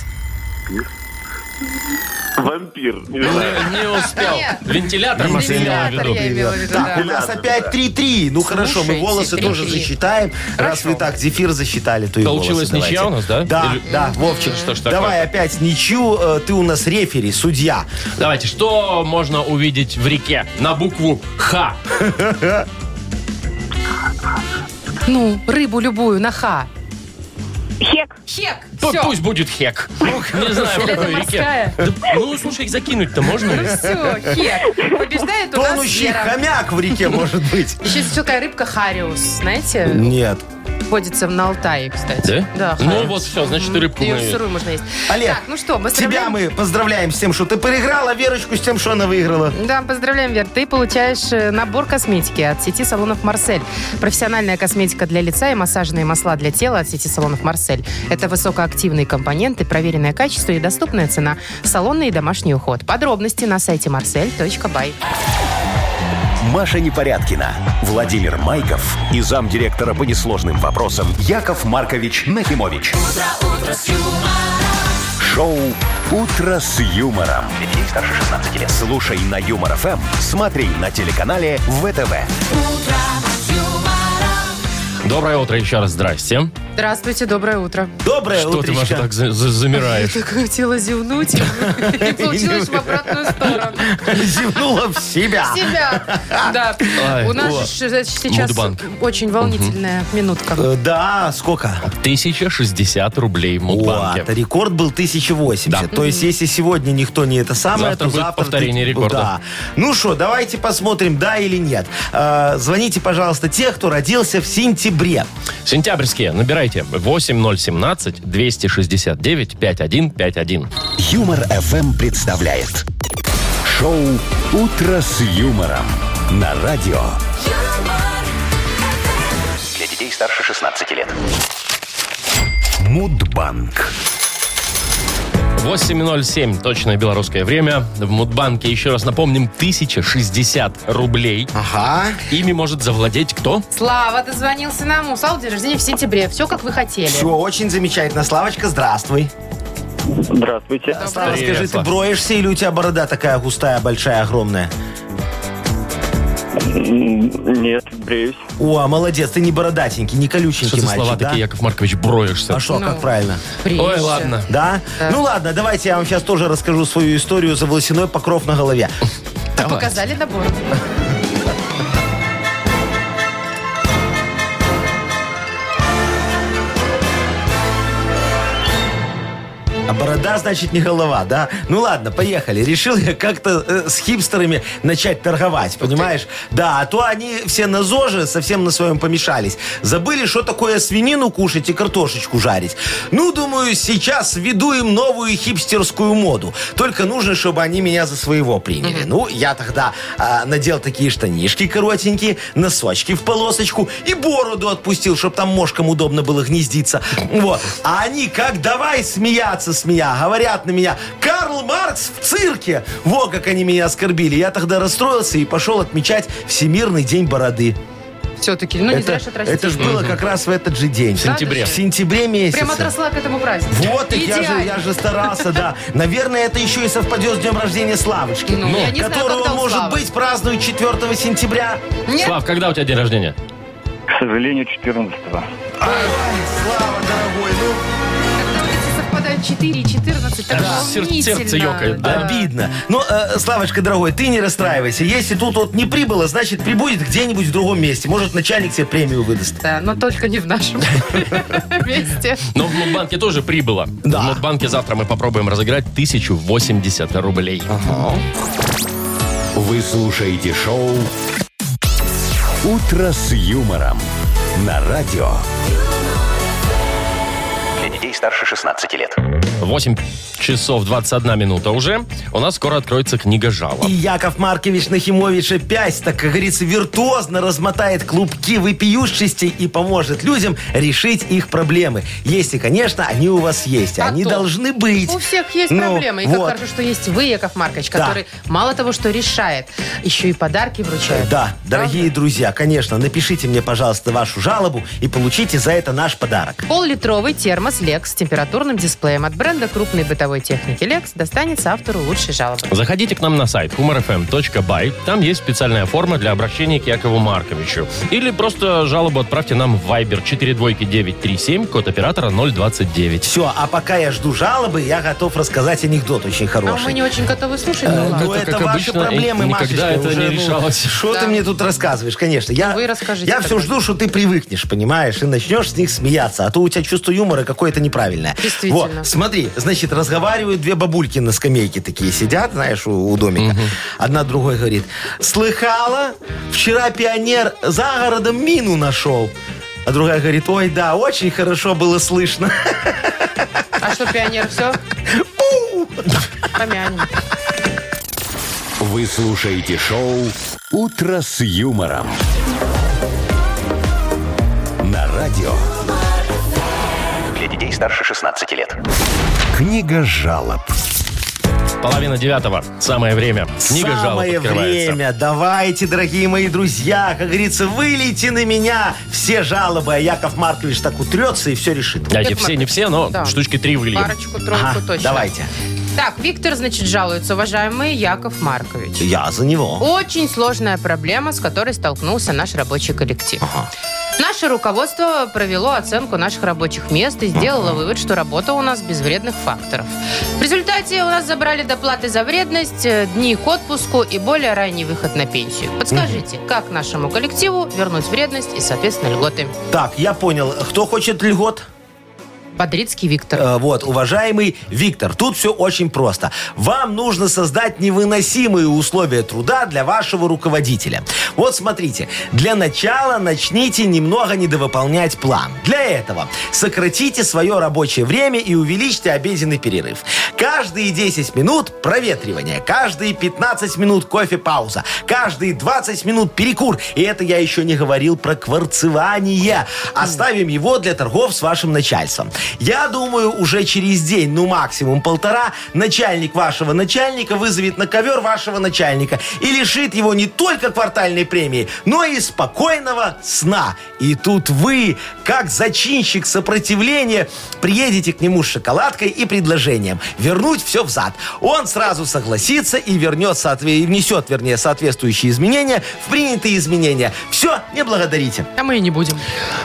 Speaker 6: Вампир. Не знаю.
Speaker 2: Не, не успел.
Speaker 3: Нет.
Speaker 2: Вентилятор, Маша, имела в
Speaker 3: Вентилятор,
Speaker 2: виду.
Speaker 3: я имела в виду,
Speaker 4: Так,
Speaker 3: да.
Speaker 4: у нас опять 3-3. Ну хорошо, мы
Speaker 3: Слушайте,
Speaker 4: волосы
Speaker 3: 3-3.
Speaker 4: тоже засчитаем. Раз вы так зефир засчитали, то и волосы
Speaker 2: Получилась
Speaker 4: давайте.
Speaker 2: ничья у нас, да?
Speaker 4: Да,
Speaker 2: Или-
Speaker 4: да, Вовчик.
Speaker 2: Что ж такое?
Speaker 4: Давай опять ничью. Э, Ты у нас рефери, судья.
Speaker 2: Давайте, что можно увидеть в реке на букву Х?
Speaker 3: Ну, рыбу любую, на ха.
Speaker 5: Хек.
Speaker 3: Хек!
Speaker 2: Пу-
Speaker 3: Все.
Speaker 2: Пусть будет хек. Не знаю, в
Speaker 3: Или это
Speaker 2: какой реке.
Speaker 3: морская?
Speaker 2: Да, Ну, слушай, их закинуть-то
Speaker 3: Ну
Speaker 2: можно?
Speaker 3: все, хек. Побеждает у нас
Speaker 4: Тонущий
Speaker 3: Вера.
Speaker 4: хомяк в реке, может быть.
Speaker 3: Еще есть такая рыбка хариус, знаете?
Speaker 4: Нет.
Speaker 3: Водится на Алтае, кстати. Да,
Speaker 2: Ну
Speaker 3: хариус.
Speaker 2: вот все, значит, и рыбку
Speaker 3: Ее
Speaker 2: мы-
Speaker 3: сырую можно есть.
Speaker 4: Олег,
Speaker 3: так, ну что, мы
Speaker 4: Тебя
Speaker 3: поздравляем-
Speaker 4: мы поздравляем с тем, что ты проиграла, а Верочку с тем, что она выиграла.
Speaker 3: Да, поздравляем, Вер. Ты получаешь э, набор косметики от сети салонов «Марсель». Профессиональная косметика для лица и массажные масла для тела от сети салонов «Марсель». Это высокоактивные компоненты, проверенное качество и доступная цена. Салонный и домашний уход. Подробности на сайте marsel.by.
Speaker 1: Маша Непорядкина, Владимир Майков и замдиректора по несложным вопросам Яков Маркович Нахимович. Шоу Утро с юмором. Для детей старше 16 лет. Слушай на юмор ФМ, смотри на телеканале ВТВ.
Speaker 2: Доброе утро еще раз, здрасте.
Speaker 3: Здравствуйте, доброе утро.
Speaker 4: Доброе
Speaker 2: Что ты, Маша,
Speaker 4: утречко.
Speaker 2: так за- за- замираешь?
Speaker 3: Так хотела зевнуть, и получилось в обратную сторону.
Speaker 4: Зевнула в себя.
Speaker 3: Себя. Да.
Speaker 2: Ай,
Speaker 3: У нас
Speaker 2: о.
Speaker 3: же ж- сейчас
Speaker 2: Мудбанк.
Speaker 3: очень волнительная минутка.
Speaker 4: Э, Да, сколько?
Speaker 2: 1060 рублей в
Speaker 4: Вот,
Speaker 2: Мудбанке.
Speaker 4: рекорд был 1080.
Speaker 2: Да.
Speaker 4: То есть, если сегодня никто не это самое,
Speaker 2: Завтра
Speaker 4: то
Speaker 2: будет
Speaker 4: завтра...
Speaker 2: повторение
Speaker 4: ты-
Speaker 2: рекорда.
Speaker 4: Да. Ну что, давайте посмотрим, да или нет. Э, звоните, пожалуйста, те, кто родился в сентябре.
Speaker 2: Сентябрьские, набирайте 8017-269-5151.
Speaker 1: Юмор ФМ представляет шоу Утро с юмором на радио.
Speaker 7: Для детей старше 16 лет.
Speaker 1: Мудбанк.
Speaker 2: 8.07, точное белорусское время. В Мудбанке, еще раз напомним, 1060 рублей.
Speaker 4: Ага.
Speaker 2: Ими может завладеть кто?
Speaker 3: Слава дозвонился нам. У Славы день рождения в сентябре. Все, как вы хотели.
Speaker 4: Все, очень замечательно. Славочка, здравствуй. Э,
Speaker 6: Здравствуйте.
Speaker 4: Слава,
Speaker 2: Привет,
Speaker 4: скажи, ты
Speaker 2: Слав.
Speaker 4: броешься или у тебя борода такая густая, большая, огромная?
Speaker 6: Нет, бреюсь.
Speaker 4: О, молодец, ты не бородатенький, не
Speaker 2: Что
Speaker 4: колюченький
Speaker 2: за
Speaker 4: мальчик,
Speaker 2: слова
Speaker 4: да?
Speaker 2: такие, Яков Маркович, броешься?
Speaker 4: А что,
Speaker 3: Ну.
Speaker 4: как правильно?
Speaker 2: Ой,
Speaker 3: Приезжай.
Speaker 2: ладно.
Speaker 4: Да? Ну ладно, давайте я вам сейчас тоже расскажу свою историю за волосяной покров на голове.
Speaker 3: Показали набор.
Speaker 4: А борода, значит, не голова, да? Ну ладно, поехали. Решил я как-то э, с хипстерами начать торговать, понимаешь? Да, а то они все на ЗОЖе совсем на своем помешались. Забыли, что такое свинину кушать и картошечку жарить. Ну, думаю, сейчас веду им новую хипстерскую моду. Только нужно, чтобы они меня за своего приняли. Ну, я тогда а, надел такие штанишки коротенькие, носочки в полосочку и бороду отпустил, чтобы там мошкам удобно было гнездиться. Вот. А они как давай смеяться с меня, говорят на меня, Карл Маркс в цирке. Во, как они меня оскорбили. Я тогда расстроился и пошел отмечать Всемирный день бороды.
Speaker 3: Все-таки. Ну, не
Speaker 4: это
Speaker 3: зря же отрастили.
Speaker 4: же было как раз в этот же день. В
Speaker 2: сентябре.
Speaker 4: В сентябре месяце.
Speaker 3: Прям отросла к этому празднику.
Speaker 4: Вот, так я
Speaker 3: Идеально.
Speaker 4: же, я же старался, да. Наверное, это еще и совпадет с днем рождения Славочки.
Speaker 3: Ну, я не знаю,
Speaker 4: которого,
Speaker 3: когда у
Speaker 4: может
Speaker 3: Славы.
Speaker 4: быть, празднуют 4 сентября.
Speaker 3: Нет.
Speaker 2: Слав, когда у тебя день рождения?
Speaker 6: К сожалению, 14-го.
Speaker 4: Слава, дорогой, ну,
Speaker 3: Когда вот эти совпадают 4 и 14, так
Speaker 2: Аж сердце-
Speaker 3: волнительно.
Speaker 2: сердце ёкает, да?
Speaker 4: обидно. Но, э, Славочка, дорогой, ты не расстраивайся. Если тут вот не прибыло, значит, прибудет где-нибудь в другом месте. Может, начальник тебе премию выдаст.
Speaker 3: Да, но только не в нашем месте.
Speaker 2: Но в Мудбанке тоже прибыло.
Speaker 4: Да.
Speaker 2: В Мудбанке завтра мы попробуем разыграть 1080 рублей.
Speaker 1: Вы слушаете шоу «Утро с юмором» на радио.
Speaker 7: Для детей старше 16 лет.
Speaker 2: 8 часов 21 минута уже. У нас скоро откроется книга жалоб.
Speaker 4: И Яков Маркович Нахимович опять, так как говорится, виртуозно размотает клубки выпиющести и поможет людям решить их проблемы. Если, конечно, они у вас есть.
Speaker 3: А
Speaker 4: они
Speaker 3: то.
Speaker 4: должны быть.
Speaker 3: У всех есть
Speaker 4: Ну,
Speaker 3: проблемы. И как
Speaker 4: вот.
Speaker 3: хорошо, что есть вы, Яков Маркович,
Speaker 4: Да.
Speaker 3: который мало того, что решает, еще и подарки вручает.
Speaker 4: Да, дорогие друзья, конечно, напишите мне, пожалуйста, вашу жалобу и получите за это наш подарок.
Speaker 3: Пол-литровый термос «Лекс» с температурным дисплеем от бренда крупной бытовой техники «Лекс» достанется автору лучшей жалобы.
Speaker 2: Заходите к нам на сайт humorfm.by. Там есть специальная форма для обращения к Якову Марковичу. Или просто жалобу отправьте нам в Viber 42937, код оператора 029.
Speaker 4: Все, а пока я жду жалобы, я готов рассказать анекдот очень
Speaker 3: А мы
Speaker 4: хороший.
Speaker 3: не очень готовы слушать,
Speaker 4: Э,
Speaker 3: ну ладно.
Speaker 4: ну,
Speaker 2: Это,
Speaker 4: это,
Speaker 2: как
Speaker 4: ваши
Speaker 2: обычно,
Speaker 4: проблемы,
Speaker 2: и никогда
Speaker 4: Машечка,
Speaker 2: это
Speaker 4: уже,
Speaker 2: не
Speaker 4: ну,
Speaker 2: решалось.
Speaker 4: Что
Speaker 3: Да.
Speaker 4: ты мне тут рассказываешь? Конечно, я,
Speaker 3: Вы расскажите
Speaker 4: я все
Speaker 3: тогда.
Speaker 4: жду, что ты привыкнешь, понимаешь, и начнешь с них смеяться, а то у тебя чувство юмора какое-то неправильное.
Speaker 3: Действительно.
Speaker 4: Вот, смотри, значит, разговаривают две бабульки на скамейке такие сидят, знаешь, у, у домика. Одна другой говорит, слыхала, вчера пионер за городом мину нашел. А другая говорит, ой, да, очень хорошо было слышно.
Speaker 3: А что, пионер, все? Помянем.
Speaker 1: Вы слушаете шоу «Утро с юмором» на радио.
Speaker 7: Для детей старше 16 лет.
Speaker 1: Книга жалоб.
Speaker 2: Половина девятого. Самое время. Книга жалоб
Speaker 4: Самое
Speaker 2: открывается.
Speaker 4: время. Давайте, дорогие мои друзья, как говорится, вылейте на меня все жалобы, а Яков Маркович так утрется и все решит.
Speaker 2: Да, не все, не все, но
Speaker 3: Да.
Speaker 2: штучки три выльем.
Speaker 3: Парочку, тройку
Speaker 4: Ага,
Speaker 3: точно.
Speaker 4: давайте.
Speaker 3: Так, Виктор, значит, жалуется, уважаемый Яков Маркович.
Speaker 4: Я за него.
Speaker 3: Очень сложная проблема, с которой столкнулся наш рабочий коллектив. Наше руководство провело оценку наших рабочих мест и сделало вывод, что работа у нас без вредных факторов. В результате у нас забрали доплаты за вредность, э, дни к отпуску и более ранний выход на пенсию. Подскажите, как нашему коллективу вернуть вредность и, соответственно, льготы?
Speaker 4: Так, я понял. Кто хочет льгот?
Speaker 3: Бодрицкий Виктор.
Speaker 4: Э, Вот, уважаемый Виктор, тут все очень просто. Вам нужно создать невыносимые условия труда для вашего руководителя. Вот смотрите, для начала начните немного недовыполнять план. Для этого сократите свое рабочее время и увеличьте обеденный перерыв. Каждые 10 минут проветривание, каждые 15 минут кофе-пауза, каждые 20 минут перекур. И это я еще не говорил про кварцевание. Оставим его для торгов с вашим начальством. Я думаю, уже через день, ну максимум полтора, начальник вашего начальника вызовет на ковер вашего начальника и лишит его не только квартальной премии, но и спокойного сна. И тут вы, как зачинщик сопротивления, приедете к нему с шоколадкой и предложением вернуть все взад. Он сразу согласится и вернет, соотве- и внесет, вернее, соответствующие изменения в принятые изменения. Все, не благодарите.
Speaker 3: А мы и не будем.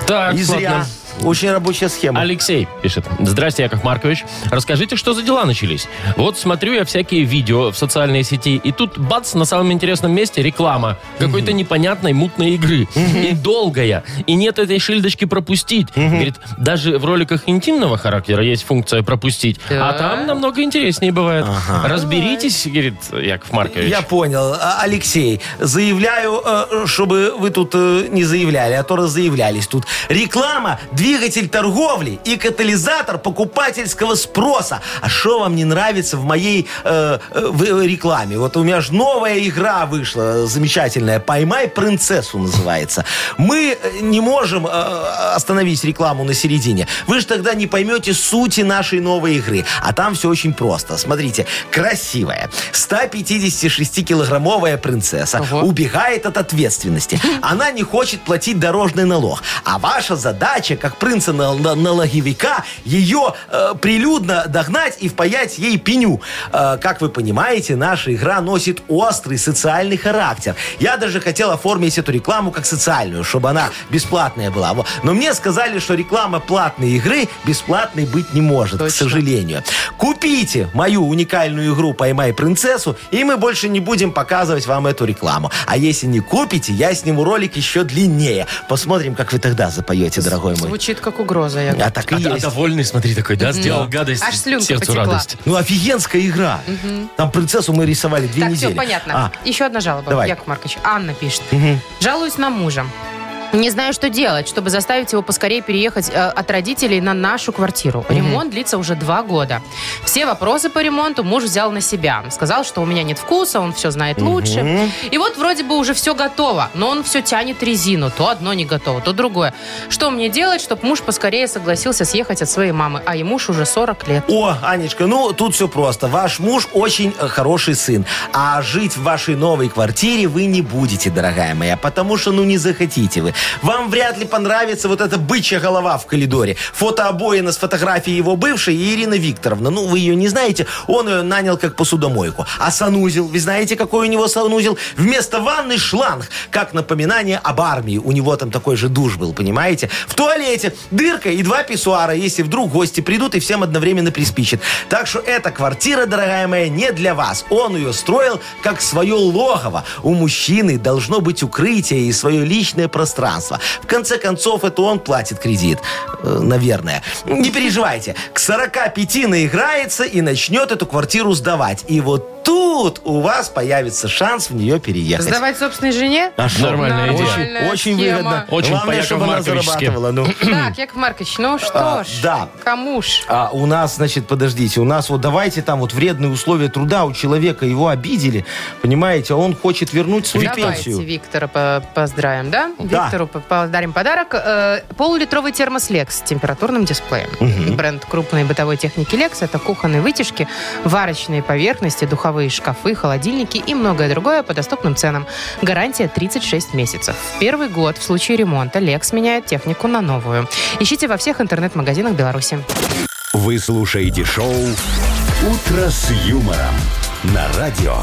Speaker 2: Так,
Speaker 4: И зря.
Speaker 2: ладно.
Speaker 4: Очень рабочая схема.
Speaker 2: Алексей пишет. Здрасте, Яков Маркович. Расскажите, что за дела начались? Вот смотрю я всякие видео в социальной сети, и тут, бац, на самом интересном месте реклама какой-то непонятной мутной игры. И долгая. И нет этой шильдочки «пропустить». Говорит, даже в роликах интимного характера есть функция «пропустить», а
Speaker 3: Так.
Speaker 2: там намного интереснее бывает. Разберитесь, говорит Яков Маркович.
Speaker 4: Я понял. А, Алексей, заявляю, э, чтобы вы тут э, не заявляли, а то раззаявлялись тут. Реклама – двигатель торговли и катализатор покупательского спроса. А что вам не нравится в моей э, э, в- рекламе? Вот у меня же новая игра вышла, э, замечательная. «Поймай принцессу» называется. Мы э, не можем э, остановить рекламу на середине. Вы же тогда не поймете сути нашей новой игры. А там все очень просто. Смотрите, красивая, 156-килограммовая принцесса
Speaker 3: Ого.
Speaker 4: убегает от ответственности. Она не хочет платить дорожный налог. А ваша задача, как принца-налоговика, ее э, прилюдно догнать и впаять ей пеню. Э, как вы понимаете, наша игра носит острый социальный характер. Я даже хотел оформить эту рекламу как социальную, чтобы она бесплатная была. Во. Но мне сказали, что реклама платной игры бесплатной быть не может, к
Speaker 3: Точно.
Speaker 4: сожалению. Купите мою уникальную игру «Поймай принцессу», и мы больше не будем показывать вам эту рекламу. А если не купите, я сниму ролик еще длиннее. Посмотрим, как вы тогда запоете, дорогой мой.
Speaker 3: Звучит как угроза, Яков.
Speaker 4: А так и
Speaker 2: А- а
Speaker 4: есть.
Speaker 2: довольный, смотри, такой, да, сделал гадость.
Speaker 3: Аж слюнка
Speaker 2: сердцу
Speaker 3: потекла.
Speaker 2: радость.
Speaker 4: Ну, офигенская игра. Там принцессу мы рисовали две
Speaker 3: Так,
Speaker 4: недели.
Speaker 3: все понятно.
Speaker 4: А,
Speaker 3: Еще одна жалоба,
Speaker 4: Давай.
Speaker 3: Яков Маркович. Анна пишет. Жалуюсь на мужа. Не знаю, что делать, чтобы заставить его поскорее переехать э, от родителей на нашу квартиру. Ремонт длится уже два года. Все вопросы по ремонту муж взял на себя. Сказал, что у меня нет вкуса, он все знает лучше. И вот вроде бы уже все готово, но он все тянет резину. То одно не готово, то другое. Что мне делать, чтобы муж поскорее согласился съехать от своей мамы, а ему ж уже 40 лет?
Speaker 4: О, Анечка, ну тут все просто. Ваш муж очень э, хороший сын, а жить в вашей новой квартире вы не будете, дорогая моя, потому что ну не захотите вы. Вам вряд ли понравится вот эта бычья голова в коридоре. Фотообоина с фотографией его бывшей и Ирина Викторовна. Ну, вы ее не знаете, он ее нанял как посудомойку. А санузел, вы знаете, какой у него санузел? Вместо ванны шланг, как напоминание об армии. У него там такой же душ был, понимаете? В туалете дырка и два писсуара, если вдруг гости придут и всем одновременно приспичит. Так что эта квартира, дорогая моя, не для вас. Он ее строил как свое логово. У мужчины должно быть укрытие и свое личное пространство. В конце концов, это он платит кредит. Э, Наверное. Не переживайте. К 45 наиграется и начнет эту квартиру сдавать. И вот тут у вас появится шанс в нее переехать.
Speaker 3: Сдавать собственной жене?
Speaker 4: А что?
Speaker 2: Нормальная идея.
Speaker 4: Очень,
Speaker 3: Нормальная
Speaker 4: очень
Speaker 3: схема.
Speaker 4: выгодно.
Speaker 2: Очень по
Speaker 4: Главное,
Speaker 2: Якову
Speaker 4: чтобы она
Speaker 2: Марковичски.
Speaker 4: зарабатывала. Ну.
Speaker 3: Так, Яков Маркович, ну что
Speaker 4: А,
Speaker 3: ж,
Speaker 4: да.
Speaker 3: кому ж?
Speaker 4: А у нас, значит, подождите, у нас вот давайте там вот вредные условия труда у человека, его обидели, понимаете, а он хочет вернуть свою
Speaker 3: Давайте
Speaker 4: пенсию.
Speaker 3: Виктора по- поздравим, да?
Speaker 4: Да.
Speaker 3: Виктору по- подарим подарок. Э, полулитровый термос Lex с температурным дисплеем. Бренд крупной бытовой техники Lex это кухонные вытяжки, варочные поверхности, духовые шкафы, холодильники и многое другое по доступным ценам. Гарантия 36 месяцев. В первый год в случае ремонта Lex меняет технику на новую. Ищите во всех интернет-магазинах Беларуси.
Speaker 1: Вы слушаете шоу «Утро с юмором» на радио.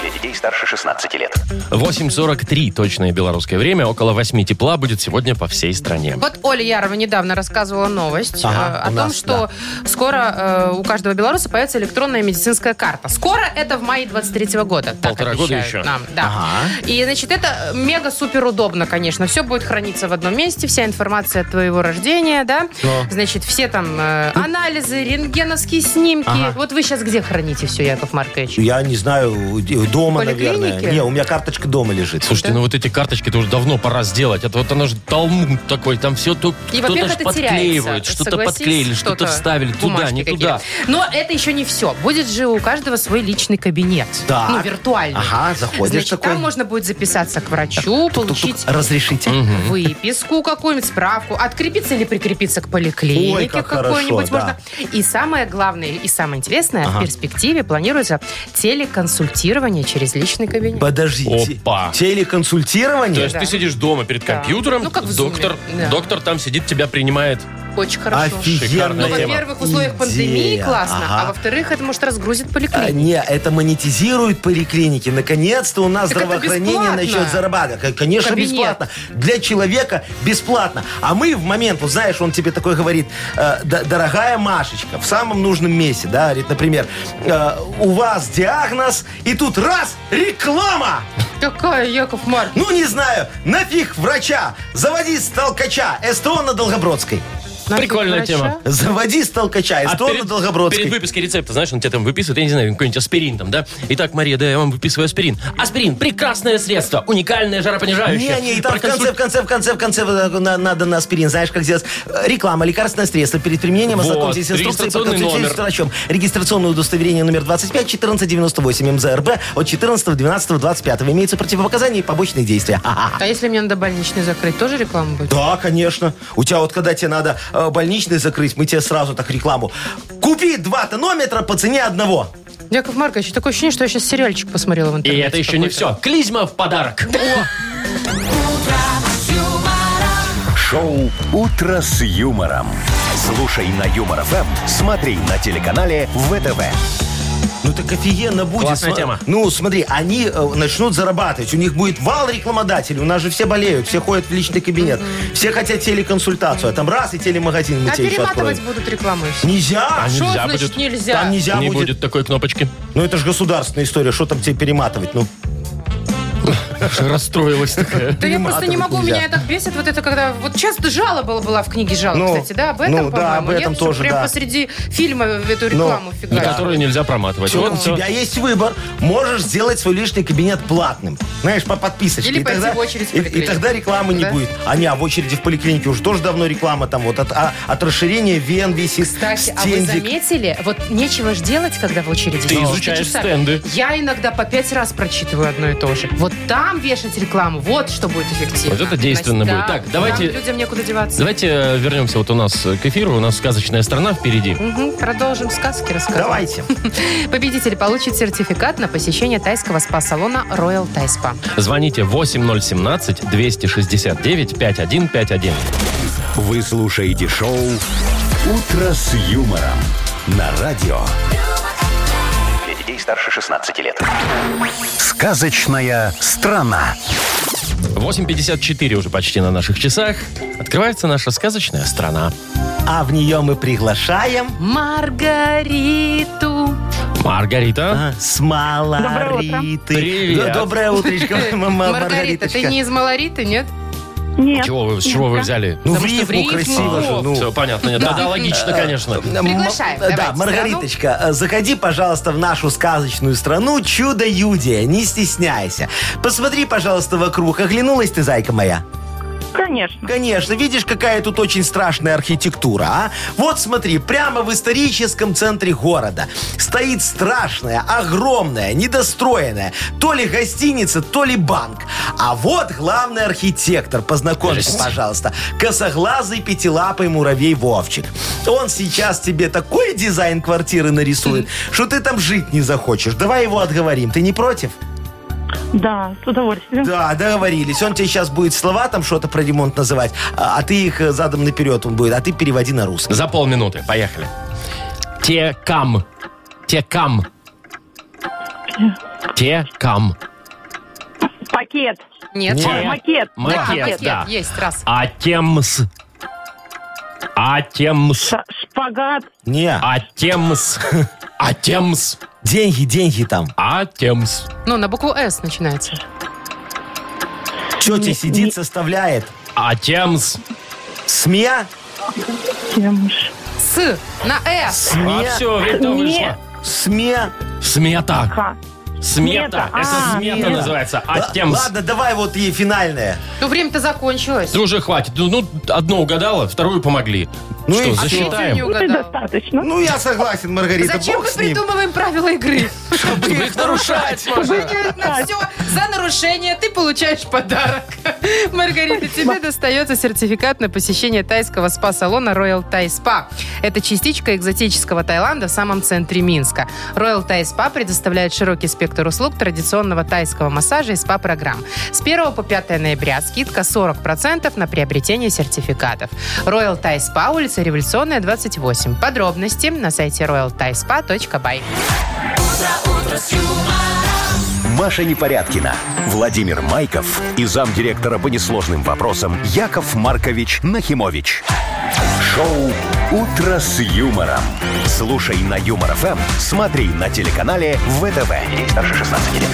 Speaker 7: Для детей старше 16 лет.
Speaker 2: 8.43 точное белорусское время. Около 8 тепла будет сегодня по всей стране.
Speaker 3: Вот Оля Ярова недавно рассказывала новость
Speaker 4: Ага,
Speaker 3: э, о
Speaker 4: у
Speaker 3: том,
Speaker 4: нас,
Speaker 3: что скоро э, у каждого белоруса появится электронная медицинская карта. Скоро это в мае 23 года. так
Speaker 2: Полтора года
Speaker 3: обещают
Speaker 2: еще.
Speaker 3: Нам, да.
Speaker 4: Ага.
Speaker 3: И, значит, это мега-супер удобно, конечно. Все будет храниться в одном месте, вся информация от твоего рождения, да?
Speaker 4: Да.
Speaker 3: Значит, все там э, анализы, рентгеновские снимки.
Speaker 4: Ага.
Speaker 3: Вот вы сейчас где храните все, Яков Маркович?
Speaker 4: Я не знаю, д- дома, дома,
Speaker 3: поликлинике?
Speaker 4: наверное. Не, у меня карточка дома лежит.
Speaker 2: Слушайте, ну вот эти карточки-то уже давно пора сделать. Это вот она же талмуд такой, там все то,
Speaker 3: И,
Speaker 2: кто-то
Speaker 3: во-первых,
Speaker 2: ж
Speaker 3: это
Speaker 2: подклеивает,
Speaker 3: теряется.
Speaker 2: что-то
Speaker 3: Согласись,
Speaker 2: подклеили, что-то вставили туда,
Speaker 3: бумажки
Speaker 2: не
Speaker 3: какие-то.
Speaker 2: туда.
Speaker 3: Но это еще не все. Будет же у каждого свой личный кабинет.
Speaker 4: Так.
Speaker 3: Ну, виртуальный.
Speaker 4: Ага, заходишь
Speaker 3: Значит,
Speaker 4: такой.
Speaker 3: там можно будет записаться к врачу,
Speaker 4: Тук-тук,
Speaker 3: получить
Speaker 4: Разрешите?
Speaker 3: выписку какую-нибудь, справку, открепиться или прикрепиться к поликлинике
Speaker 4: Ой, как
Speaker 3: какой-нибудь
Speaker 4: хорошо,
Speaker 3: можно. И самое главное, и самое интересное, в перспективе планируется телеконсультирование через личный кабинет.
Speaker 4: Подождите.
Speaker 2: Опа. То
Speaker 4: Телеконсультирование?
Speaker 2: есть ты сидишь дома перед компьютером,
Speaker 3: Ну, как в Зуме,
Speaker 2: доктор,
Speaker 3: да.
Speaker 2: доктор там сидит, тебя принимает.
Speaker 3: Очень хорошо.
Speaker 4: Офигенная
Speaker 2: Шикарная
Speaker 3: Ну,
Speaker 2: тема.
Speaker 3: во-первых, в условиях пандемии
Speaker 4: Идея.
Speaker 3: классно,
Speaker 4: Ага.
Speaker 3: а во-вторых, это может разгрузит
Speaker 4: А,
Speaker 3: поликлинику.
Speaker 4: Не, это монетизирует поликлиники. Наконец-то у нас
Speaker 3: Так это
Speaker 4: здравоохранение
Speaker 3: бесплатно.
Speaker 4: начнет зарабатывать. Конечно,
Speaker 3: Кабинет.
Speaker 4: бесплатно. Для человека бесплатно. А мы в момент, вот знаешь, он тебе такой говорит, э, «Д- дорогая Машечка, в самом нужном месте, да, говорит, например, э, у вас диагноз, и тут раз, реклама!
Speaker 3: Какая, Яков Марк?
Speaker 4: Ну, не знаю, нафиг врача, заводи с толкача, СТО на Долгобродской.
Speaker 2: Прикольная тема.
Speaker 4: Заводи с толкача, СТО на
Speaker 2: А
Speaker 4: Долгобродской.
Speaker 2: перед выпиской рецепта, знаешь, он тебе там выписывает, я не знаю, какой-нибудь аспирин там, да? Итак, Мария, да, я вам выписываю аспирин. Аспирин – прекрасное средство, уникальное жаропонижающее.
Speaker 4: Не, не, и там в
Speaker 2: Проконсуль-
Speaker 4: конце, в конце, в конце, в конце вот так на- надо на аспирин. Знаешь, как сделать? Э, Реклама, лекарственное средство. Перед применением
Speaker 2: Вот,
Speaker 4: ознакомьтесь с инструкцией,
Speaker 2: регистрационный
Speaker 4: проконсультируйтесь
Speaker 2: номер.
Speaker 4: с врачом. Регистрационное удостоверение номер 25 1498 МЗРБ от 14 12 25. Имеются противопоказания и побочные действия. Ха-ха.
Speaker 3: А если мне надо больничный закрыть, тоже реклама будет?
Speaker 4: Да, конечно. У тебя вот когда тебе надо э, больничный закрыть, мы тебе сразу так рекламу. Купи два тонометра по цене одного.
Speaker 3: Яков Маркович, такое ощущение, что я сейчас сериальчик посмотрела в
Speaker 2: И
Speaker 3: интернете.
Speaker 2: это еще не все. Клизма в подарок.
Speaker 1: Шоу «Утро с юмором». Слушай на Юмор ФМ, смотри на телеканале ВТВ.
Speaker 4: Ну так офигенно будет.
Speaker 2: Классная
Speaker 4: Сма-
Speaker 2: тема.
Speaker 4: Ну смотри, они э, начнут зарабатывать. У них будет вал рекламодателей. У нас же все болеют, все ходят в личный кабинет. Все хотят телеконсультацию. А там раз и телемагазин мы
Speaker 3: А
Speaker 4: тебе еще
Speaker 3: перематывать
Speaker 4: откроем.
Speaker 3: будут рекламу и всё.
Speaker 4: Нельзя.
Speaker 2: А
Speaker 3: Что
Speaker 2: нельзя
Speaker 3: значит
Speaker 2: будет.
Speaker 3: нельзя?
Speaker 4: Там нельзя
Speaker 2: Не
Speaker 4: будет.
Speaker 2: будет такой кнопочки.
Speaker 4: Ну это же государственная история. Что там тебе перематывать? Ну,
Speaker 2: Расстроилась такая.
Speaker 3: Да я просто не
Speaker 4: перематывать
Speaker 3: могу,
Speaker 4: нельзя.
Speaker 3: меня так бесит вот это, когда... Вот часто жалоба была, была в книге жалоб,
Speaker 4: Ну,
Speaker 3: кстати, да, об этом,
Speaker 4: ну да,
Speaker 3: по-моему.
Speaker 4: об этом
Speaker 3: Нет, что
Speaker 4: тоже,
Speaker 3: прям
Speaker 4: да. Ну,
Speaker 3: посреди фильма эту рекламу фигачат.
Speaker 2: Которую нельзя проматывать.
Speaker 4: всё,
Speaker 2: Вот
Speaker 4: у
Speaker 2: всё.
Speaker 4: тебя есть выбор. Можешь сделать свой личный кабинет платным. Знаешь, по подписочке.
Speaker 3: Или
Speaker 4: И
Speaker 3: пойти
Speaker 4: тогда-
Speaker 3: в очередь в
Speaker 4: и- И,
Speaker 3: поликлинику.
Speaker 4: тогда рекламы не
Speaker 3: Да?
Speaker 4: будет. А не, а в очереди в поликлинике уже тоже давно реклама там вот от, а- от расширения вен висит.
Speaker 3: Кстати, а вы
Speaker 4: стендик.
Speaker 3: заметили, вот нечего ж делать, когда в очереди. Ну,
Speaker 2: Ты
Speaker 3: сидишь
Speaker 2: изучаешь
Speaker 3: часами.
Speaker 2: стенды.
Speaker 3: Я иногда по пять раз прочитываю одно и то же. Вот там вешать рекламу, вот что будет эффективно.
Speaker 2: Вот это действенно
Speaker 3: Да,
Speaker 2: будет. Так,
Speaker 3: там
Speaker 2: давайте-
Speaker 3: людям некуда деваться.
Speaker 2: Давайте э, вернемся вот у нас э, к эфиру. У нас сказочная страна впереди.
Speaker 3: Мгм, продолжим сказки рассказывать.
Speaker 4: Давайте.
Speaker 3: Победитель получит сертификат на посещение тайского спа-салона Royal Thai Spa.
Speaker 2: Звоните 8017-269-5151.
Speaker 1: Вы слушаете шоу «Утро с юмором» на радио.
Speaker 7: Для детей старше 16 лет.
Speaker 1: Сказочная страна.
Speaker 2: 8.54 уже почти на наших часах. Открывается наша сказочная страна.
Speaker 4: А в нее мы приглашаем
Speaker 3: Маргариту.
Speaker 2: Маргарита.
Speaker 4: А, С Малориты.
Speaker 2: Привет.
Speaker 4: Д- Доброе утречко, мама
Speaker 3: Маргарита, ты
Speaker 4: Маргариточка.
Speaker 3: не из Малориты, нет?
Speaker 5: А, Нет.
Speaker 2: Чего вы, с чего вы взяли?
Speaker 4: Ну, в
Speaker 3: Потому что в
Speaker 4: рифму
Speaker 3: рифму.
Speaker 4: красиво же. ну. Э,
Speaker 2: Все, понятно. Нет, да, да, логично, конечно.
Speaker 4: М-
Speaker 3: Приглашаем,
Speaker 4: Да,
Speaker 3: давайте
Speaker 4: Маргариточка, э, заходи, пожалуйста, в нашу сказочную страну Чудо-Юдия, не стесняйся. Посмотри, пожалуйста, вокруг. Оглянулась ты, зайка моя?
Speaker 5: Конечно.
Speaker 4: Конечно, видишь, какая тут очень страшная архитектура, а? Вот смотри, прямо в историческом центре города стоит страшная, огромная, недостроенная, то ли гостиница, то ли банк. А вот главный архитектор, познакомься,
Speaker 2: Здрасте.
Speaker 4: пожалуйста, косоглазый пятилапый муравей Вовчик. Он сейчас тебе такой дизайн квартиры нарисует, что ты там жить не захочешь. Давай его отговорим, ты не против?
Speaker 5: Да, с удовольствием.
Speaker 4: Да, договорились. Он тебе сейчас будет слова там что-то про ремонт называть, а а ты их э, задом наперед он будет, а ты переводи на русский.
Speaker 2: За полминуты. Поехали. Текам. Текам. Текам.
Speaker 5: Пакет.
Speaker 3: Нет.
Speaker 2: Нет.
Speaker 5: Ой, макет.
Speaker 2: Макет,
Speaker 3: Да, пакет,
Speaker 2: да.
Speaker 3: Есть, раз.
Speaker 2: Атемс. Атемс.
Speaker 5: Ш- Шпагат.
Speaker 4: Не,
Speaker 2: А. Атемс. Атемс.
Speaker 4: деньги, деньги там.
Speaker 2: Атемс.
Speaker 3: Ну, на букву «С» начинается.
Speaker 4: Че тебе сидит, составляет?
Speaker 2: Атемс.
Speaker 4: Смея?
Speaker 5: Темш.
Speaker 3: С на «Э».
Speaker 2: А
Speaker 4: Смея?
Speaker 2: все, время
Speaker 5: Не.
Speaker 2: вышло.
Speaker 4: Сме?
Speaker 2: Смета.
Speaker 5: Ка.
Speaker 2: Смета.
Speaker 5: Смета.
Speaker 2: Это
Speaker 5: А,
Speaker 2: смета
Speaker 5: смета.
Speaker 2: называется.
Speaker 4: Л-
Speaker 2: А тем...
Speaker 4: Ладно, давай вот и финальное.
Speaker 3: Ну, время-то закончилось.
Speaker 2: Ты уже хватит. Ну, Ну, одно угадала, вторую помогли.
Speaker 4: Ну
Speaker 2: что,
Speaker 4: и всё.
Speaker 2: засчитаем?
Speaker 3: не
Speaker 5: Вот и
Speaker 3: угадал.
Speaker 5: достаточно.
Speaker 4: Ну, я согласен, Маргарита,
Speaker 3: Зачем
Speaker 4: бог
Speaker 3: мы
Speaker 4: с ним.
Speaker 3: придумываем правила игры?
Speaker 2: Чтобы их нарушать.
Speaker 3: Понятно, все. За нарушение ты получаешь подарок. Маргарита, тебе достается сертификат на посещение тайского спа-салона Royal Thai Spa. Это частичка экзотического Таиланда в самом центре Минска. Royal Thai Spa предоставляет широкий спектр услуг традиционного тайского массажа и спа-программ. С 1 по 5 ноября скидка 40% на приобретение сертификатов. Royal Thai Spa, улица Революционная, 28. Подробности на сайте royalthaispa.by.
Speaker 1: Маша Непорядкина, Владимир Майков и замдиректора по несложным вопросам Яков Маркович Нахимович. Шоу «Утро с юмором». Слушай на Юмор ФМ, смотри на телеканале ВТВ. Ей старше 16 лет.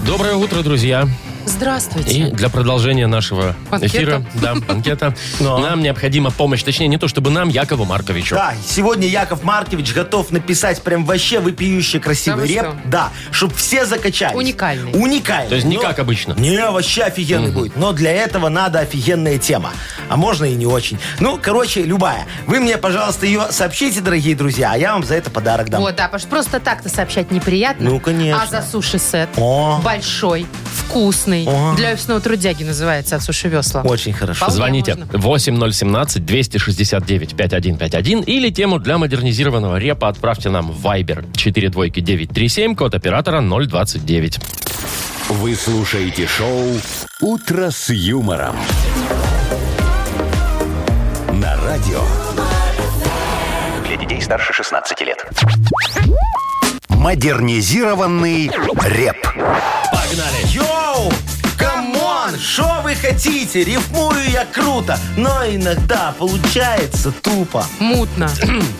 Speaker 2: Доброе утро, друзья.
Speaker 3: Здравствуйте.
Speaker 2: И для продолжения нашего
Speaker 3: Банкета.
Speaker 2: эфира, да, банкета,
Speaker 4: Но.
Speaker 2: нам необходима помощь. Точнее, не то чтобы нам, Якову Марковичу.
Speaker 4: Да, сегодня Яков Маркович готов написать прям вообще выпиющий
Speaker 3: Да
Speaker 4: красивый
Speaker 3: вы
Speaker 4: реп.
Speaker 3: что?
Speaker 4: Да, чтобы все закачались.
Speaker 3: Уникальный.
Speaker 4: Уникальный.
Speaker 2: То есть не
Speaker 4: но-
Speaker 2: как обычно.
Speaker 4: Не, вообще офигенный будет. Но для этого надо офигенная тема. А можно и не очень. Ну, короче, любая. Вы мне, пожалуйста, ее сообщите, дорогие друзья, а я вам за это подарок дам.
Speaker 3: Вот, да, потому что просто так-то сообщать неприятно.
Speaker 4: Ну, конечно.
Speaker 3: А за суши-сет
Speaker 4: О.
Speaker 3: большой, вкусный,
Speaker 4: О.
Speaker 3: для офисного трудяги называется от суши-весла.
Speaker 4: Очень хорошо.
Speaker 3: Вполне
Speaker 2: Звоните
Speaker 3: можно.
Speaker 2: 8017-269-5151 или тему для модернизированного репа отправьте нам в Viber 42937, код оператора 029.
Speaker 1: Вы слушаете шоу «Утро с юмором». На радио
Speaker 7: Для детей старше 16 лет.
Speaker 1: «Модернизированный реп».
Speaker 2: Погнали!
Speaker 4: Йоу! Камон! Что вы хотите? Рифмую я круто, но иногда получается тупо.
Speaker 3: Мутно.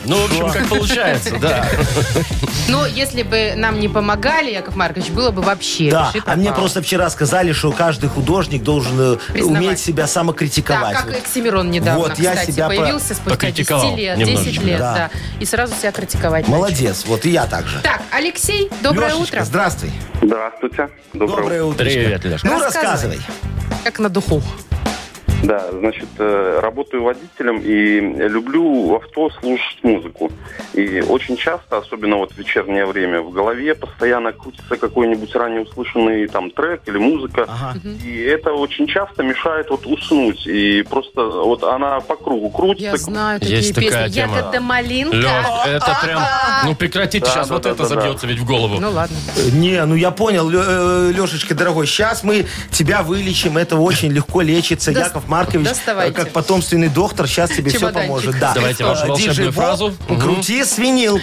Speaker 2: Ну, в общем, как получается, да.
Speaker 3: Но если бы нам не помогали, Яков Маркович, было бы вообще
Speaker 4: Да,
Speaker 3: пиши
Speaker 4: а мне
Speaker 3: пропало.
Speaker 4: просто вчера сказали, что каждый художник должен э,
Speaker 3: Признавать.
Speaker 4: уметь себя
Speaker 3: Да,
Speaker 4: самокритиковать.
Speaker 3: как
Speaker 4: Вот.
Speaker 3: Оксимирон недавно,
Speaker 4: Вот, я
Speaker 3: кстати,
Speaker 4: себя по-
Speaker 3: появился спустя 10
Speaker 2: Покритиковал
Speaker 3: лет, 10
Speaker 2: немножечко.
Speaker 3: лет,
Speaker 4: Да.
Speaker 3: да. И сразу себя критиковать начал.
Speaker 4: Молодец, вот и я так же.
Speaker 3: Так, Алексей, доброе
Speaker 4: Лешечка,
Speaker 3: утро.
Speaker 4: здравствуй.
Speaker 6: Здравствуйте.
Speaker 4: Доброе утро.
Speaker 2: Привет, Леш.
Speaker 4: Ну,
Speaker 3: Рассказывай.
Speaker 4: рассказывай.
Speaker 3: Как на духу.
Speaker 6: Да, значит, э, работаю водителем и люблю в авто слушать музыку. И очень часто, особенно вот в вечернее время, в голове постоянно крутится какой-нибудь ранее услышанный там трек или музыка.
Speaker 4: Ага.
Speaker 6: И это очень часто мешает вот уснуть. И просто вот она по кругу крутится.
Speaker 3: Я знаю такие
Speaker 2: Есть
Speaker 3: песни.
Speaker 2: такая тема.
Speaker 3: Ягода малинка.
Speaker 2: Леш, это прям... Ну, прекратите
Speaker 6: Да,
Speaker 2: сейчас,
Speaker 6: да,
Speaker 2: вот
Speaker 6: да,
Speaker 2: это
Speaker 6: да, да.
Speaker 2: забьется ведь в голову.
Speaker 3: Ну ладно.
Speaker 4: Э, Не, ну я понял, Лё- э, Лешечка, дорогой, сейчас мы тебя вылечим, это очень легко лечится.
Speaker 3: Дос-
Speaker 4: Яков Маркович, э,
Speaker 3: доставайте.
Speaker 4: как потомственный доктор, сейчас тебе все
Speaker 3: Чемоданчик.
Speaker 4: поможет. Да.
Speaker 2: Давайте вашу
Speaker 4: Э,
Speaker 2: волшебную
Speaker 4: диджей Боб,
Speaker 2: фразу. Мгм.
Speaker 4: Крути свинил.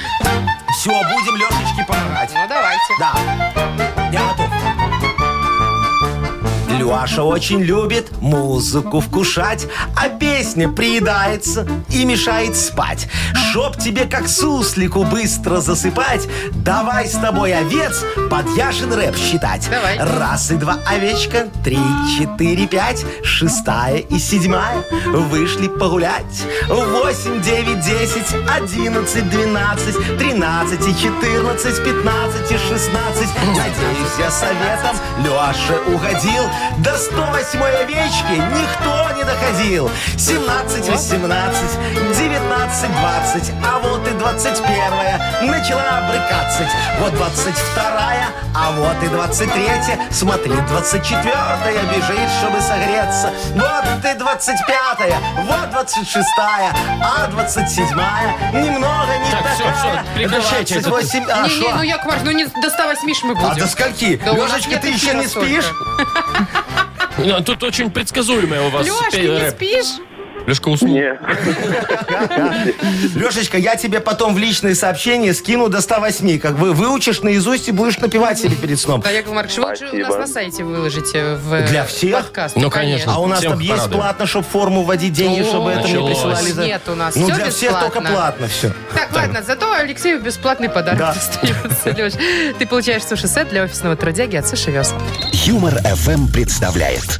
Speaker 4: Все, будем Лешечке помогать.
Speaker 3: Ну давайте.
Speaker 4: Да. Я готов. Леша очень любит музыку вкушать, а песня приедается и мешает спать. Чтоб тебе как суслику быстро засыпать, давай с тобой овец под Яшин рэп считать.
Speaker 3: Давай.
Speaker 4: Раз и два овечка, три, четыре, пять, шестая и седьмая вышли погулять. Восемь, девять, десять, одиннадцать, двенадцать, тринадцать и четырнадцать, пятнадцать и шестнадцать. Надеюсь, я советом Леше угодил. До сто восьмой овечки никто не доходил. Семнадцать, восемнадцать, девятнадцать, двадцать, а вот и двадцать первая начала брыкаться. Вот двадцать вторая, а вот и двадцать третья. Смотри, двадцать четвертая бежит, чтобы согреться. Вот и двадцать пятая, вот двадцать шестая, а двадцать седьмая немного не
Speaker 2: Так, всё,
Speaker 4: такая.
Speaker 2: всё, прекращайте
Speaker 4: Двадцать восемь, а,
Speaker 3: не, не,
Speaker 4: шо?
Speaker 3: ну я Маркович, ну не до 108 ж мы будем.
Speaker 4: А до скольки?
Speaker 3: Да у нас
Speaker 4: Лешечка,
Speaker 3: нет
Speaker 4: ты еще
Speaker 3: эфира
Speaker 4: не
Speaker 3: столько.
Speaker 4: спишь?
Speaker 2: Ну, Тут очень предсказуемая у вас
Speaker 3: Леш, ты
Speaker 2: пе-
Speaker 3: не
Speaker 2: рэп.
Speaker 3: спишь?
Speaker 2: Лешка уснул.
Speaker 6: Нет.
Speaker 4: Лешечка, я тебе потом в личные сообщения скину до 108. Как бы выучишь наизусть и будешь напевать себе перед сном.
Speaker 3: Да, Яков Маркович, вы лучше у нас
Speaker 6: Спасибо.
Speaker 3: на сайте выложите в э,
Speaker 4: Для всех?
Speaker 3: подкаст.
Speaker 2: Ну, конечно.
Speaker 4: А у нас
Speaker 2: Всем
Speaker 4: там есть
Speaker 2: порадуем.
Speaker 4: платно, чтобы форму вводить деньги, чтобы это мне
Speaker 2: началось.
Speaker 4: присылали. за-
Speaker 3: Нет у нас,
Speaker 4: Ну,
Speaker 3: всё
Speaker 4: для всех только
Speaker 3: бесплатно.
Speaker 4: платно все.
Speaker 3: Так, ладно, зато Алексею бесплатный подарок
Speaker 4: Да.
Speaker 3: достается, Леш. Ты получаешь суши-сет для офисного трудяги от Суши Весла.
Speaker 1: Юмор FM представляет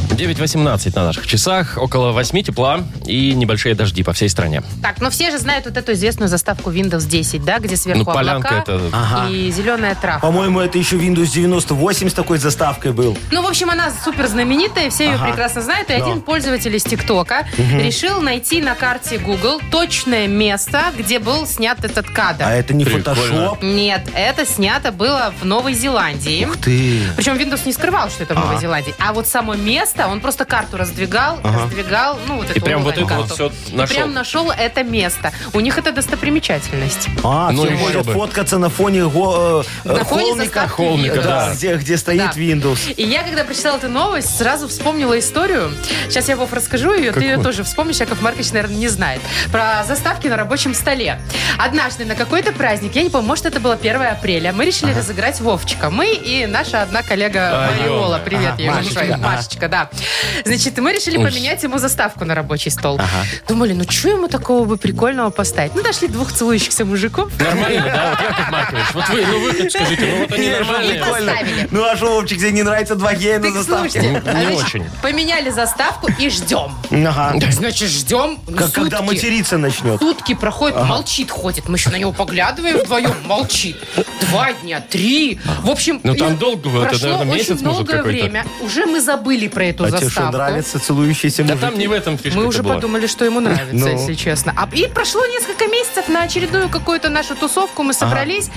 Speaker 2: 9.18 на наших часах, около 8 тепла и небольшие дожди по всей стране.
Speaker 3: Так, ну все же знают вот эту известную заставку Windows 10, да, где сверху
Speaker 2: Ну, полянка
Speaker 3: облака
Speaker 2: это-
Speaker 4: Ага.
Speaker 3: и зеленая трава.
Speaker 4: По-моему, это еще Windows 98 с такой заставкой был.
Speaker 3: Ну, в общем, она супер знаменитая, все ее
Speaker 4: Ага.
Speaker 3: прекрасно знают. И
Speaker 4: Да.
Speaker 3: один пользователь из ТикТока решил найти на карте Google точное место, где был снят этот кадр.
Speaker 4: А это не
Speaker 2: Прикольно.
Speaker 4: фотошоп.
Speaker 3: Нет, это снято было в Новой Зеландии.
Speaker 4: Ух ты.
Speaker 3: Причем Windows не скрывал, что это в Новой
Speaker 4: А.
Speaker 3: Зеландии. А вот само место, он просто карту раздвигал, раздвигал, ну вот
Speaker 2: И
Speaker 3: эту
Speaker 2: прям вот это
Speaker 3: онлайн-карту.
Speaker 2: вот всё
Speaker 3: И
Speaker 2: нашел.
Speaker 3: прям нашел это место. У них это достопримечательность.
Speaker 4: А,
Speaker 2: Ну,
Speaker 4: все
Speaker 2: еще
Speaker 4: ходят
Speaker 2: бы.
Speaker 4: фоткаться на фоне го- э,
Speaker 3: На фоне
Speaker 4: холмика.
Speaker 3: заставки
Speaker 2: холмика,
Speaker 3: Windows.
Speaker 2: да.
Speaker 4: где, где стоит
Speaker 3: Да.
Speaker 4: Windows.
Speaker 3: И я, когда прочитала эту новость, сразу вспомнила историю. Сейчас я, Вов, расскажу ее, ты ее тоже вспомнишь, Яков Маркович, наверное, не знает. Про заставки на рабочем столе. Однажды на какой-то праздник, я не помню, может, это было 1 апреля, мы решили разыграть Вовчика. Мы и наша одна коллега
Speaker 2: А,
Speaker 3: Мариола.
Speaker 2: ё-моё.
Speaker 3: Привет,
Speaker 4: Ага,
Speaker 3: я его
Speaker 4: Машечка.
Speaker 3: называю.
Speaker 4: Ага.
Speaker 3: Машечка, да. Значит, мы решили поменять ему заставку на рабочий стол. Думали, ну что ему такого бы прикольного поставить? Ну, нашли двух целующихся мужиков.
Speaker 2: Нормально, да, вот Яков Маркович? Вот вы, ну вы как скажите, ну вот они
Speaker 4: Не,
Speaker 2: нормальные.
Speaker 4: прикольно.
Speaker 3: поставили.
Speaker 4: Ну а что, Вовчик, тебе не нравится 2 гея на
Speaker 3: Так,
Speaker 4: заставке?
Speaker 3: слушайте,
Speaker 2: Не
Speaker 3: значит,
Speaker 2: очень.
Speaker 3: поменяли заставку и ждем.
Speaker 4: Ага.
Speaker 3: Значит, ждем
Speaker 4: Как- Когда
Speaker 3: сутки.
Speaker 4: материться начнет.
Speaker 3: Сутки проходит, молчит, ходит. Мы еще на него поглядываем вдвоем, молчит. Два дня, три. В общем,
Speaker 2: Ну, там
Speaker 3: и
Speaker 2: долго было, это,
Speaker 3: прошло
Speaker 2: наверное,
Speaker 3: очень
Speaker 2: месяц, может,
Speaker 3: долгое
Speaker 2: какой-то.
Speaker 3: время. Уже мы забыли про эту
Speaker 4: А тебе
Speaker 3: заставку.
Speaker 4: что, нравится целующийся
Speaker 2: Да
Speaker 4: мужик?
Speaker 2: там не в этом фишка
Speaker 3: Мы уже подумали, что ему нравится,
Speaker 4: Ну.
Speaker 3: если честно. А, и прошло несколько месяцев на очередную какую-то нашу тусовку, мы собрались.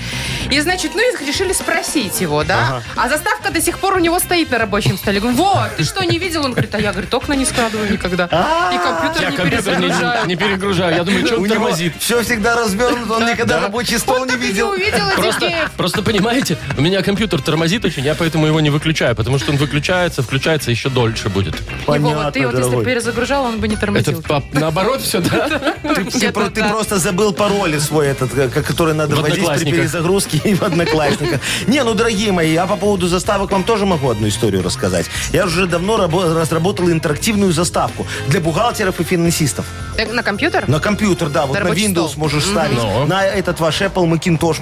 Speaker 3: И, значит, ну и решили спросить его, да? А заставка до сих пор у него стоит на рабочем столе. Говорю, Во, ты что, не видел? Он говорит, а я, говорит, окна не складываю никогда. И компьютер
Speaker 2: А, Я
Speaker 3: не
Speaker 2: компьютер не,
Speaker 3: перезагружаю.
Speaker 2: не перегружаю. Я думаю, что
Speaker 4: У
Speaker 2: он
Speaker 4: него
Speaker 2: тормозит.
Speaker 4: все всегда развернуто, он никогда рабочий стол
Speaker 3: Он
Speaker 4: не
Speaker 3: так и не
Speaker 4: видел.
Speaker 3: увидел
Speaker 2: Просто,
Speaker 3: этих
Speaker 2: просто понимаете, у меня компьютер тормозит очень, я поэтому его не выключаю, потому что он выключается, включается еще дольше будет.
Speaker 3: Его вот ты
Speaker 4: Понятно,
Speaker 3: вот если бы
Speaker 4: дорогой.
Speaker 3: перезагружал, он бы не
Speaker 2: Это
Speaker 3: тормозил.
Speaker 2: по- наоборот все, да?
Speaker 4: Ты, про- ты просто забыл пароль свой этот, э, к- который надо
Speaker 2: В
Speaker 4: вводить при
Speaker 2: «Одноклассниках».
Speaker 4: перезагрузке и в одноклассниках. Не, ну, дорогие мои, я по поводу заставок вам тоже могу одну историю рассказать. Я уже давно рабо- разработал интерактивную заставку для бухгалтеров и финансистов.
Speaker 3: Так, На компьютер?
Speaker 4: На компьютер, да, вот на
Speaker 3: рабочий
Speaker 4: Windows
Speaker 3: стол.
Speaker 4: можешь ставить,
Speaker 2: Ну.
Speaker 4: на этот ваш Apple Macintosh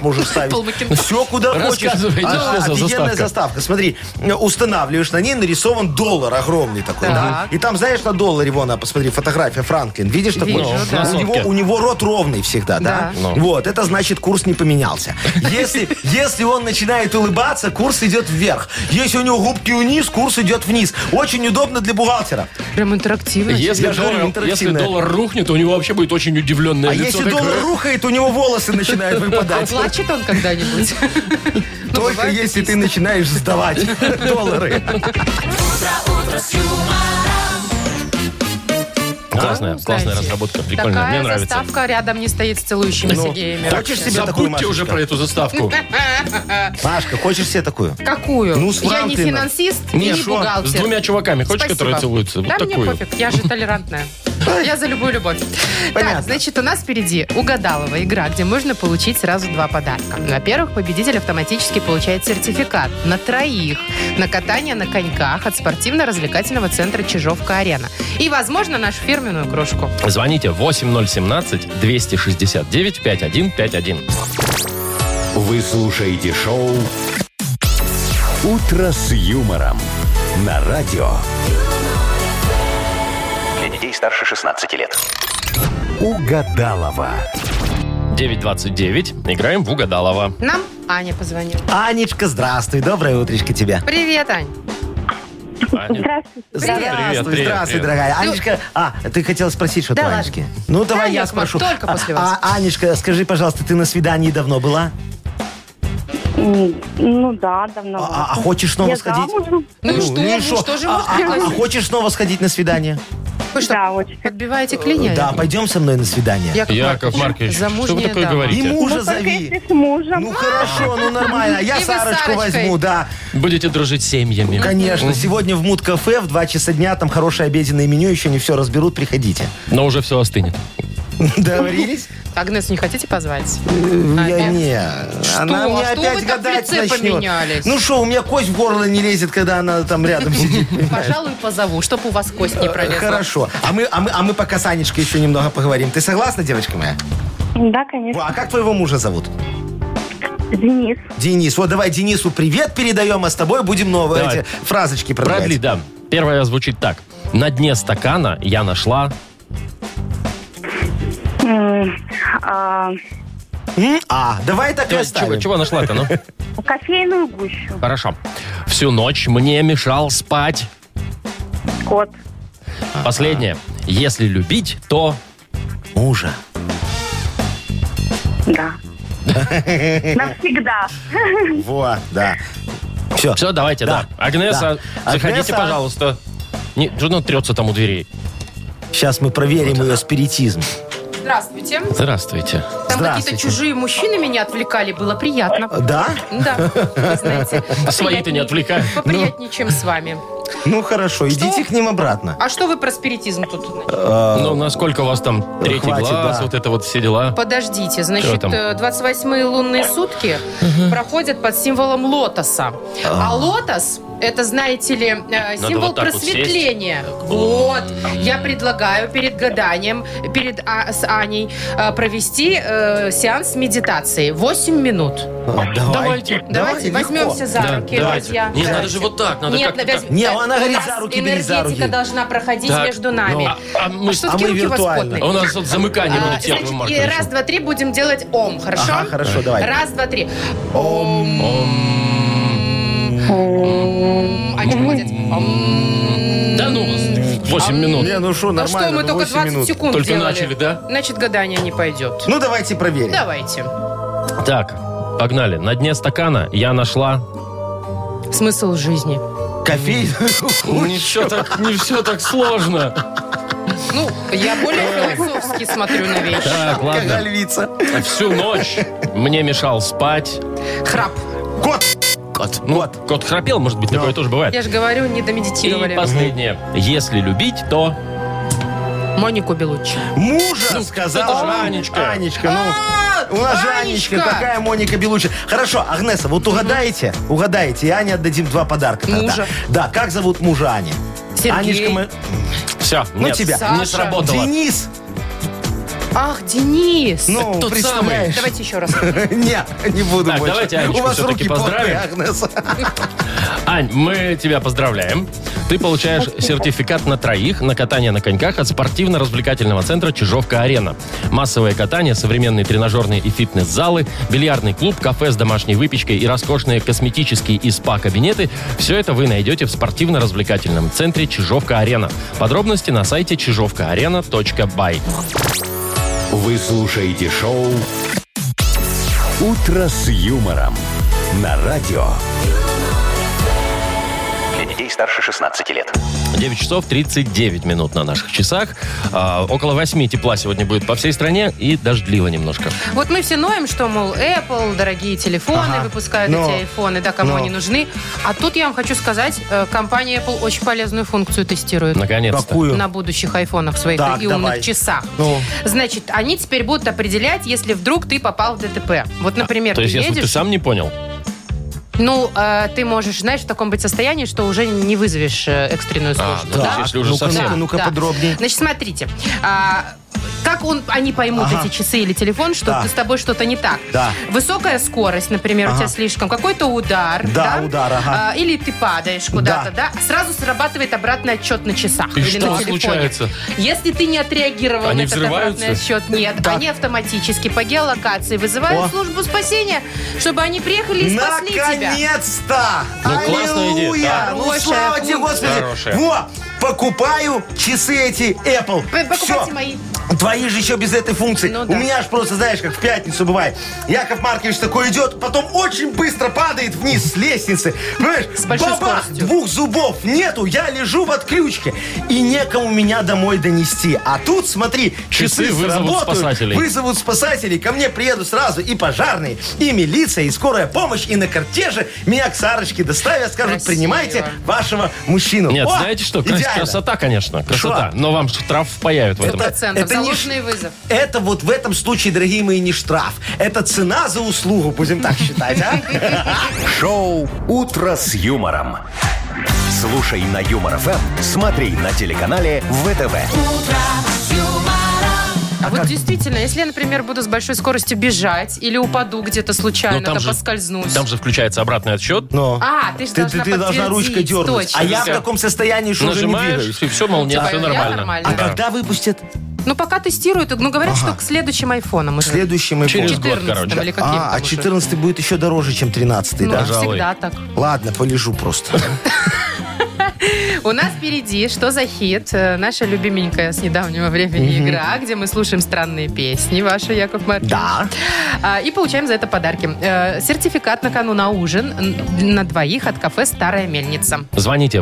Speaker 4: можешь ставить.
Speaker 3: Apple Macintosh.
Speaker 4: Все, куда хочешь. А,
Speaker 2: Рассказывайте, что за заставка?
Speaker 4: Офигенная заставка. Смотри, э, устанавливаешь, на ней нарисован доллар огромный такой. да?
Speaker 3: Так.
Speaker 4: И там, знаешь, на долларе, вон, а, посмотри, фотография Франклин. Видишь такой?
Speaker 3: Вижу, да.
Speaker 4: у, него, у него рот ровный всегда, да?
Speaker 3: Да.
Speaker 2: Ну.
Speaker 4: Вот, это значит, курс не поменялся. Если, если он начинает улыбаться, курс идет вверх. Если у него губки вниз, курс идет вниз. Очень удобно для бухгалтера.
Speaker 3: Прям интерактивно.
Speaker 2: Если
Speaker 4: я же говорю,
Speaker 2: доллар, если
Speaker 4: интерактивная.
Speaker 2: доллар рухнет, у него вообще будет очень удивленное
Speaker 4: А
Speaker 2: лицо. э,
Speaker 4: если
Speaker 2: такое.
Speaker 4: доллар рухает, у него волосы начинают выпадать.
Speaker 3: Плачет он когда-нибудь? Ну,
Speaker 4: Только
Speaker 3: бывают
Speaker 4: если
Speaker 3: такие
Speaker 4: ты начинаешь сдавать доллары.
Speaker 2: Классная,
Speaker 3: Ну,
Speaker 2: классная
Speaker 3: знаете,
Speaker 2: разработка, прикольная, мне
Speaker 3: Такая
Speaker 2: нравится.
Speaker 3: заставка рядом не стоит с целующимися
Speaker 4: Ну,
Speaker 3: геями.
Speaker 4: хочешь
Speaker 3: вообще.
Speaker 4: себе такую,
Speaker 2: Забудьте уже
Speaker 4: Машечка?
Speaker 2: про эту заставку.
Speaker 4: Машка, хочешь себе такую?
Speaker 3: Какую?
Speaker 4: Ну, с
Speaker 3: я не
Speaker 4: Франклина.
Speaker 3: финансист и
Speaker 2: Не,
Speaker 3: не
Speaker 2: шо,
Speaker 3: бухгалтер.
Speaker 2: С двумя чуваками, хочешь,
Speaker 3: Спасибо.
Speaker 2: которые целуются? Вот
Speaker 3: да, мне
Speaker 2: такую.
Speaker 3: пофиг, я же толерантная. Я за любую любовь.
Speaker 4: Понятно.
Speaker 3: Так, значит, у нас впереди угадалова игра, где можно получить сразу два подарка. Во-первых, победитель автоматически получает сертификат на троих на катание на коньках от спортивно-развлекательного центра Чижовка-Арена. И, возможно, нашу фирменную кружку.
Speaker 2: Звоните 8017-269-5151.
Speaker 1: Вы слушаете шоу «Утро с юмором» на радио.
Speaker 7: Для детей старше 16 лет.
Speaker 1: Угадалова.
Speaker 2: 929. Играем в Угадалова.
Speaker 3: Нам Аня позвонила.
Speaker 4: Анечка, здравствуй, доброе утречко тебе.
Speaker 3: Привет, Ань.
Speaker 5: Здравствуйте.
Speaker 4: Здравствуй,
Speaker 2: привет,
Speaker 4: здравствуй,
Speaker 2: привет.
Speaker 4: дорогая. Анечка, а, ты хотела спросить что-то,
Speaker 3: Да ладно.
Speaker 4: Анечки? Ну, давай я
Speaker 3: Яков Маркович,
Speaker 4: спрошу.
Speaker 3: только после
Speaker 4: А,
Speaker 3: вас.
Speaker 4: а, Анечка, скажи, пожалуйста, ты на свидании давно была?
Speaker 5: М, Ну да, давно.
Speaker 4: А, а хочешь снова
Speaker 5: Я
Speaker 4: сходить?
Speaker 5: замужем.
Speaker 3: Ну, и что,
Speaker 4: и
Speaker 3: ну, что же
Speaker 4: а,
Speaker 3: может
Speaker 4: а- а
Speaker 3: пригласить?
Speaker 4: хочешь снова сходить на свидание?
Speaker 3: Вы что,
Speaker 5: Да, очень.
Speaker 3: подбиваете клинья?
Speaker 4: Да, пойдем со мной на свидание.
Speaker 3: Яков,
Speaker 2: Яков Маркович, что вы
Speaker 3: замужняя
Speaker 2: такое
Speaker 3: дама.
Speaker 2: говорите?
Speaker 4: И мужа
Speaker 5: Ну, только
Speaker 4: зови.
Speaker 5: если с мужем.
Speaker 4: Ну хорошо, ну нормально.
Speaker 3: А. И
Speaker 4: Я
Speaker 3: вы с
Speaker 4: Сарочку
Speaker 3: Сарочкой.
Speaker 4: возьму, да.
Speaker 2: Будете дружить с семьями.
Speaker 4: Конечно, сегодня в Муд-кафе в 2 часа дня, там хорошее обеденное меню, еще не все разберут, приходите.
Speaker 2: Но уже все остынет.
Speaker 4: Договорились?
Speaker 3: Агнес, не хотите позвать?
Speaker 4: Ну, Я
Speaker 3: нет.
Speaker 4: не. Она
Speaker 3: А что вы
Speaker 4: мне опять
Speaker 3: так в
Speaker 4: гадать
Speaker 3: лице
Speaker 4: начнет.
Speaker 3: поменялись?
Speaker 4: Ну что, у меня кость в горло не лезет, когда она там рядом сидит.
Speaker 3: Пожалуй, позову, чтобы у вас кость не пролезла.
Speaker 4: Хорошо. А мы, а, мы, а мы пока с Анечкой еще немного поговорим. Ты согласна, девочка моя?
Speaker 5: Да, конечно.
Speaker 4: А как твоего мужа зовут?
Speaker 5: Денис.
Speaker 4: Денис. Вот давай Денису привет передаем, а с тобой будем новые
Speaker 2: Давай.
Speaker 4: эти фразочки продавать.
Speaker 2: Продли, да. Первая звучит так. На дне стакана я нашла...
Speaker 5: М, а,
Speaker 4: М? А, давай так и
Speaker 2: Э, Чего,
Speaker 4: оставим.
Speaker 2: чего нашла-то, ну?
Speaker 5: кофейную гущу.
Speaker 2: Хорошо. Всю ночь мне мешал спать.
Speaker 5: Кот.
Speaker 2: Последнее. Если любить, то...
Speaker 4: Мужа.
Speaker 5: Да. Навсегда.
Speaker 4: Вот, да. Все.
Speaker 2: Все, давайте, да.
Speaker 4: Да.
Speaker 2: Агнеса,
Speaker 4: Да.
Speaker 2: заходите,
Speaker 4: Агнеса.
Speaker 2: пожалуйста. Не, жена трется там у дверей.
Speaker 4: Сейчас мы проверим ее спиритизм.
Speaker 3: Здравствуйте.
Speaker 2: Здравствуйте.
Speaker 3: Там какие-то
Speaker 4: Здравствуйте.
Speaker 3: чужие мужчины меня отвлекали, было приятно.
Speaker 4: Да?
Speaker 3: Да, вы знаете.
Speaker 2: Свои-то не
Speaker 3: поприятнее-
Speaker 2: отвлекай.
Speaker 3: Поприятнее, чем с вами.
Speaker 4: Ну хорошо, идите к ним обратно.
Speaker 3: А что вы про спиритизм тут? значит?
Speaker 2: Ну, насколько у вас там третий
Speaker 4: А, хватит,
Speaker 2: глаз,
Speaker 4: да.
Speaker 2: вот это вот все дела?
Speaker 3: Подождите,
Speaker 2: Что
Speaker 3: значит,
Speaker 2: там?
Speaker 3: э, 28-е лунные сутки проходят под символом лотоса. А лотос, это, знаете ли, э, символ
Speaker 2: вот так вот
Speaker 3: просветления. Вот. Я предлагаю перед гаданием, перед А- с Аней, э, провести э, сеанс медитации. 8 минут.
Speaker 4: А, Давай.
Speaker 2: Давайте.
Speaker 3: Давайте
Speaker 4: легко.
Speaker 3: возьмемся за
Speaker 2: Да,
Speaker 3: руки,
Speaker 2: давайте.
Speaker 3: друзья.
Speaker 2: Не, надо
Speaker 3: Давайте.
Speaker 2: же вот так, надо
Speaker 3: Нет,
Speaker 2: как-то
Speaker 3: навяз-
Speaker 2: так.
Speaker 4: Не, она говорит, за
Speaker 3: Раз
Speaker 4: руки бери, за
Speaker 3: энергетика
Speaker 4: руки.
Speaker 3: должна проходить
Speaker 2: Так,
Speaker 3: между нами.
Speaker 2: ну, а- а мы с-
Speaker 3: что
Speaker 4: а мы
Speaker 3: скилки у вас
Speaker 4: виртуально.
Speaker 2: А
Speaker 3: потные?
Speaker 2: У нас тут замыкание
Speaker 3: А,
Speaker 2: будет, Яков
Speaker 3: значит, и
Speaker 2: Маркович.
Speaker 3: раз, два, три будем делать ом, хорошо?
Speaker 4: Ага, хорошо, давай.
Speaker 3: Раз, два, три.
Speaker 5: М,
Speaker 3: М, А что будет?
Speaker 4: Ну,
Speaker 3: Ом.
Speaker 2: Да ну, 8 минут.
Speaker 4: Не, ну что,
Speaker 3: а, Ну
Speaker 4: нормально,
Speaker 3: что, мы
Speaker 4: ну,
Speaker 3: только
Speaker 4: 8
Speaker 3: 20
Speaker 4: минут.
Speaker 3: секунд
Speaker 2: Только
Speaker 3: делали.
Speaker 2: начали, да?
Speaker 3: Значит, гадание не пойдет.
Speaker 4: Ну давайте проверим.
Speaker 3: Давайте.
Speaker 2: Так, погнали. На дне стакана я нашла...
Speaker 3: Смысл жизни.
Speaker 4: Кофей. Ну,
Speaker 2: Не все так, не все так сложно.
Speaker 3: Ну, я более философски смотрю на вещи.
Speaker 2: Так,
Speaker 4: Какая
Speaker 2: ладно.
Speaker 4: львица.
Speaker 2: Всю ночь мне мешал спать.
Speaker 3: Храп.
Speaker 4: Кот.
Speaker 2: Кот. Ну,
Speaker 4: Кот.
Speaker 2: кот храпел, может быть, такое тоже бывает.
Speaker 3: Я же говорю, не
Speaker 2: И
Speaker 3: домедитировали.
Speaker 2: последнее. Если любить, то...
Speaker 3: Монику Белуччи.
Speaker 4: Мужа,
Speaker 2: Ну, это
Speaker 4: сказала.
Speaker 2: же
Speaker 4: Ан-
Speaker 2: Анечка.
Speaker 4: Анечка, ну. У нас же Анечка, какая Моника Белучи. Хорошо, Агнеса, вот угадаете, угадаете, и Ане отдадим два подарка тогда.
Speaker 3: Мужа.
Speaker 4: Да, как зовут мужа Ани?
Speaker 3: Сергей.
Speaker 4: Анечка, мы-
Speaker 2: Все,
Speaker 4: Ну,
Speaker 2: нет,
Speaker 4: тебя.
Speaker 2: не
Speaker 3: Саша.
Speaker 2: сработало.
Speaker 4: Денис.
Speaker 3: Ах, Денис.
Speaker 4: Ну,
Speaker 2: тот
Speaker 4: представляешь.
Speaker 3: Давайте еще раз.
Speaker 4: Нет, не буду
Speaker 2: Так,
Speaker 4: больше.
Speaker 2: давайте Анечку
Speaker 4: У вас
Speaker 2: всё-таки
Speaker 4: руки
Speaker 2: поздравим.
Speaker 4: потные, Агнеса.
Speaker 2: Ань, мы тебя поздравляем. Ты получаешь сертификат на троих на катание на коньках от спортивно-развлекательного центра «Чижовка-арена». Массовое катание, современные тренажерные и фитнес-залы, бильярдный клуб, кафе с домашней выпечкой и роскошные косметические и спа-кабинеты – все это вы найдете в спортивно-развлекательном центре «Чижовка-арена». Подробности на сайте чижовкаарена.бай.
Speaker 1: Вы слушаете шоу «Утро с юмором» на радио.
Speaker 7: Для детей старше 16 лет.
Speaker 2: 9 часов 39 минут на наших часах. А, около 8 тепла сегодня будет по всей стране и дождливо немножко.
Speaker 3: Вот мы все ноем, что, мол, Apple, дорогие телефоны,
Speaker 4: Ага.
Speaker 3: выпускают
Speaker 4: Но.
Speaker 3: эти айфоны, да, кому
Speaker 4: Но.
Speaker 3: они нужны. А тут я вам хочу сказать, э, компания Apple очень полезную функцию тестирует.
Speaker 2: Наконец-то.
Speaker 4: Какую?
Speaker 3: На будущих айфонах своих
Speaker 4: Так,
Speaker 3: и умных
Speaker 4: давай.
Speaker 3: часах.
Speaker 4: Ну.
Speaker 3: Значит, они теперь будут определять, если вдруг ты попал в ДТП. Вот, например,
Speaker 2: А, То есть,
Speaker 3: ты
Speaker 2: если ты
Speaker 3: едешь,
Speaker 2: сам не понял,
Speaker 3: ну, э, ты можешь, знаешь, в таком быть состоянии, что уже не вызовешь э, экстренную
Speaker 2: А,
Speaker 3: службу.
Speaker 2: ну,
Speaker 3: да?
Speaker 2: то есть, если уже
Speaker 4: ну-ка,
Speaker 2: совсем.
Speaker 4: ну-ка, ну-ка
Speaker 3: Да.
Speaker 4: подробнее.
Speaker 3: Значит, смотрите. а, как он, они поймут
Speaker 4: Ага.
Speaker 3: эти часы или телефон, что
Speaker 4: Да.
Speaker 3: ты- с тобой что-то не так?
Speaker 4: Да.
Speaker 3: Высокая скорость, например, у
Speaker 4: Ага.
Speaker 3: тебя слишком. Какой-то удар.
Speaker 4: Да, удар, ага.
Speaker 3: А, или ты падаешь куда-то, да. Сразу срабатывает обратный отчет на часах
Speaker 2: И
Speaker 3: или
Speaker 2: что
Speaker 3: на телефоне.
Speaker 2: случается?
Speaker 3: Если ты не отреагировал
Speaker 2: Они
Speaker 3: на этот
Speaker 2: взрываются?
Speaker 3: обратный отчет, нет. Они автоматически по геолокации вызывают
Speaker 4: О.
Speaker 3: службу спасения, чтобы они приехали и спасли тебя.
Speaker 4: Наконец-то!
Speaker 2: Ну, классная идея,
Speaker 4: Аллилуйя!
Speaker 2: да.
Speaker 4: Ну,
Speaker 3: Хорошая
Speaker 4: слава тебе,
Speaker 3: функция.
Speaker 4: Господи!
Speaker 2: Хорошая.
Speaker 4: Во! Покупаю часы эти Apple.
Speaker 3: П- покупайте
Speaker 4: Всё.
Speaker 3: мои.
Speaker 4: Твои же еще без этой функции.
Speaker 3: Ну
Speaker 4: У
Speaker 3: да.
Speaker 4: меня аж просто, знаешь, как в пятницу бывает. Яков Маркович такой идет, потом очень быстро падает вниз с лестницы. Понимаешь,
Speaker 3: С большой
Speaker 4: бабах,
Speaker 3: скоростью.
Speaker 4: двух зубов нету, я лежу в отключке. И некому меня домой донести. А тут, смотри, часы,
Speaker 2: Часы вызовут
Speaker 4: сработают,
Speaker 2: спасателей.
Speaker 4: вызовут спасателей, ко мне приедут сразу и пожарные, и милиция, и скорая помощь, и на кортеже меня к Сарочке доставят, скажут,
Speaker 3: Красиво.
Speaker 4: принимайте вашего мужчину.
Speaker 2: Нет,
Speaker 4: О,
Speaker 2: знаете что? Крас-
Speaker 4: идеально.
Speaker 2: Красота, конечно, красота. Но вам штраф впаяют в этом.
Speaker 3: Это- процентов.
Speaker 4: не
Speaker 3: Заложенный
Speaker 4: ш-
Speaker 3: вызов.
Speaker 4: Это вот в этом случае, дорогие мои, не штраф. Это цена за услугу, будем так считать, а?
Speaker 1: Шоу «Утро с юмором». Слушай на Эм», Юмор ФМ, смотри на телеканале ВТВ.
Speaker 3: А вот действительно, если я, например, буду с большой скоростью бежать или упаду где-то случайно,
Speaker 2: Ну,
Speaker 3: там,
Speaker 2: же-
Speaker 3: поскользнусь.
Speaker 2: Там же включается обратный отсчет.
Speaker 4: Но.
Speaker 3: А, ты же
Speaker 4: ты,
Speaker 3: должна
Speaker 4: ты, ты должна
Speaker 3: подтвердить,
Speaker 4: ручкой дернуть.
Speaker 3: точно.
Speaker 4: А я в
Speaker 2: Всё.
Speaker 4: таком состоянии, что уже не
Speaker 2: Нажимаешь,
Speaker 4: двигаюсь.
Speaker 2: и все, мол, нет,
Speaker 3: Типа,
Speaker 2: все
Speaker 3: я
Speaker 2: нормально.
Speaker 3: нормально.
Speaker 4: А
Speaker 2: Да.
Speaker 4: когда выпустят?
Speaker 3: Ну, пока тестируют. Ну, говорят, что к следующим айфонам уже.
Speaker 4: Следующим iPhone.
Speaker 2: Через год,
Speaker 3: 14
Speaker 2: короче.
Speaker 3: или каким
Speaker 4: А, а 14 будет еще дороже, чем 13
Speaker 3: ну,
Speaker 4: да?
Speaker 2: пожалуй.
Speaker 3: всегда так.
Speaker 4: Ладно, полежу просто.
Speaker 3: У нас впереди «Что за хит?» Э, Наша любименькая с недавнего времени игра, где мы слушаем странные песни ваши, Яков Маркович.
Speaker 4: Да.
Speaker 3: А, И получаем за это подарки. Э, Сертификат на кону на ужин н- на двоих от кафе «Старая мельница».
Speaker 2: Звоните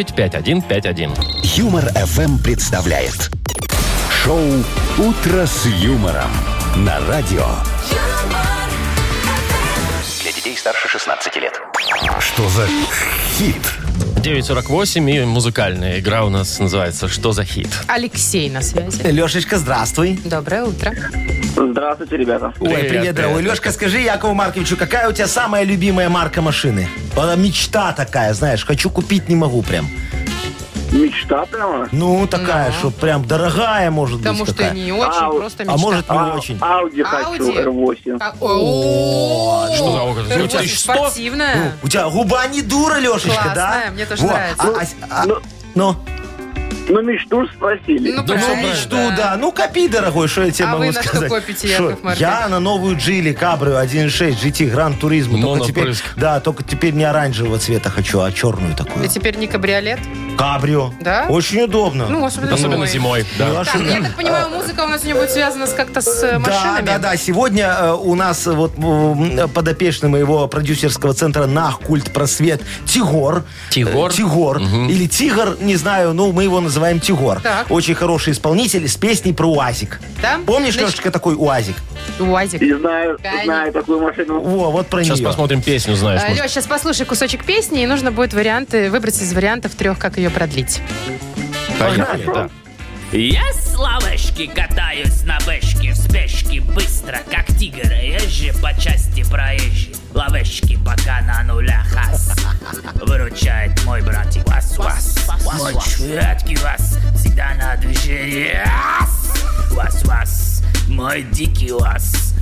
Speaker 2: 8017-269-5151.
Speaker 1: Юмор FM представляет шоу Утро с юмором на радио.
Speaker 7: Для детей старше 16 лет.
Speaker 1: Что за хит?
Speaker 2: 948 и музыкальная игра у нас называется «Что за хит?».
Speaker 3: Алексей на связи.
Speaker 4: Лешечка, здравствуй.
Speaker 3: Доброе утро.
Speaker 6: Здравствуйте, ребята.
Speaker 4: Ой,
Speaker 2: Привет,
Speaker 4: привет, дорогой.
Speaker 2: привет.
Speaker 4: Лешка, скажи Якову Марковичу, какая у тебя самая любимая марка машины? Она мечта такая, знаешь, хочу купить, не могу прям.
Speaker 6: Мечта прямо.
Speaker 4: Ну, такая, что прям дорогая может
Speaker 3: Потому
Speaker 4: быть
Speaker 3: что
Speaker 4: какая.
Speaker 3: не очень,
Speaker 6: Ау.
Speaker 3: просто мечта.
Speaker 4: А может, не очень.
Speaker 6: Ауди
Speaker 3: хочу,
Speaker 6: хочу, R8.
Speaker 3: А, о,
Speaker 2: Что за окна?
Speaker 3: Р8
Speaker 2: Ну, ты что?
Speaker 3: спортивная.
Speaker 4: У тебя губа не дура, Лешечка, да?
Speaker 3: Классная, мне тоже нравится.
Speaker 4: а- а- а-
Speaker 6: Ну,
Speaker 4: Ну,
Speaker 6: ну, мечту ж спросили.
Speaker 3: Ну,
Speaker 2: Да ну,
Speaker 3: правильно.
Speaker 4: мечту, да. Ну, копи, дорогой, что я тебе
Speaker 3: А
Speaker 4: могу
Speaker 3: вы на что
Speaker 4: сказать.
Speaker 3: копите,
Speaker 4: Шо,
Speaker 3: Яков Маркович?
Speaker 4: Я на новую Джили Кабрио 1.6 GT Grand Turismo.
Speaker 2: Ну,
Speaker 4: Только теперь,
Speaker 2: Монопрыск.
Speaker 4: да, только теперь не оранжевого цвета хочу, а черную такую.
Speaker 3: И теперь не кабриолет.
Speaker 4: Кабрио.
Speaker 3: Да?
Speaker 4: Очень удобно.
Speaker 3: Ну, особенно,
Speaker 2: А. Особенно зимой. Да.
Speaker 4: Ну, а
Speaker 3: Так,
Speaker 4: шо-
Speaker 3: я так понимаю, музыка у нас сегодня будет связана с как-то с э, машинами.
Speaker 4: Да, да, да. Сегодня э, у нас э, вот э, подопечный моего продюсерского центра «Нах культ просвет» Тигор.
Speaker 2: Тигор?
Speaker 4: Э, Тигор. Или Тигр, не знаю, ну мы его называем Тигор.
Speaker 3: Так.
Speaker 4: Очень хороший исполнитель с песней про УАЗик.
Speaker 3: Да?
Speaker 4: Помнишь,
Speaker 3: Значит-
Speaker 4: Лешечка, такой УАЗик?
Speaker 3: УАЗик.
Speaker 6: Не знаю,
Speaker 3: Конечно.
Speaker 6: знаю такую машину.
Speaker 4: Во, вот про
Speaker 2: Сейчас
Speaker 4: нее.
Speaker 2: посмотрим песню, знаешь. может.
Speaker 3: Леш, А, сейчас послушай кусочек песни, и нужно будет варианты выбрать из вариантов трех, как ее продлить.
Speaker 2: Поехали, да.
Speaker 8: Я с лавочки катаюсь на бэшке В спешке быстро, как тигр Езжи по части проезжей Лавочки пока на нулях ас. Выручает мой братик вас, вас, Мой редкий вас Всегда на движении ас. Вас, вас, мой дикий вас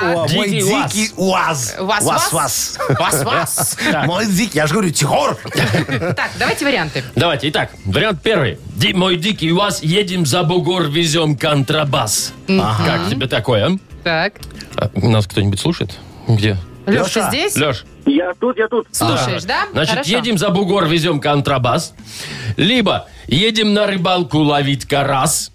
Speaker 4: О, мой
Speaker 2: Дикий УАЗ.
Speaker 4: дикий УАЗ.
Speaker 3: Вас- вас?
Speaker 4: вас.
Speaker 2: Вас, вас. Так,
Speaker 4: Мой дикий, я же говорю, Тигор.
Speaker 3: Так, давайте варианты.
Speaker 2: Давайте, итак, вариант первый. Ди, мой дикий вас, едем за бугор, везем контрабас. Как тебе такое?
Speaker 3: Так.
Speaker 2: а? А, Нас кто-нибудь слушает? Где?
Speaker 3: Леш, ты
Speaker 4: Лёша.
Speaker 3: здесь?
Speaker 2: Леш,
Speaker 6: Я тут, я тут.
Speaker 3: Слушаешь, да?
Speaker 2: А, значит,
Speaker 3: Хорошо.
Speaker 2: едем за бугор, везем контрабас. Либо едем на рыбалку ловить карас.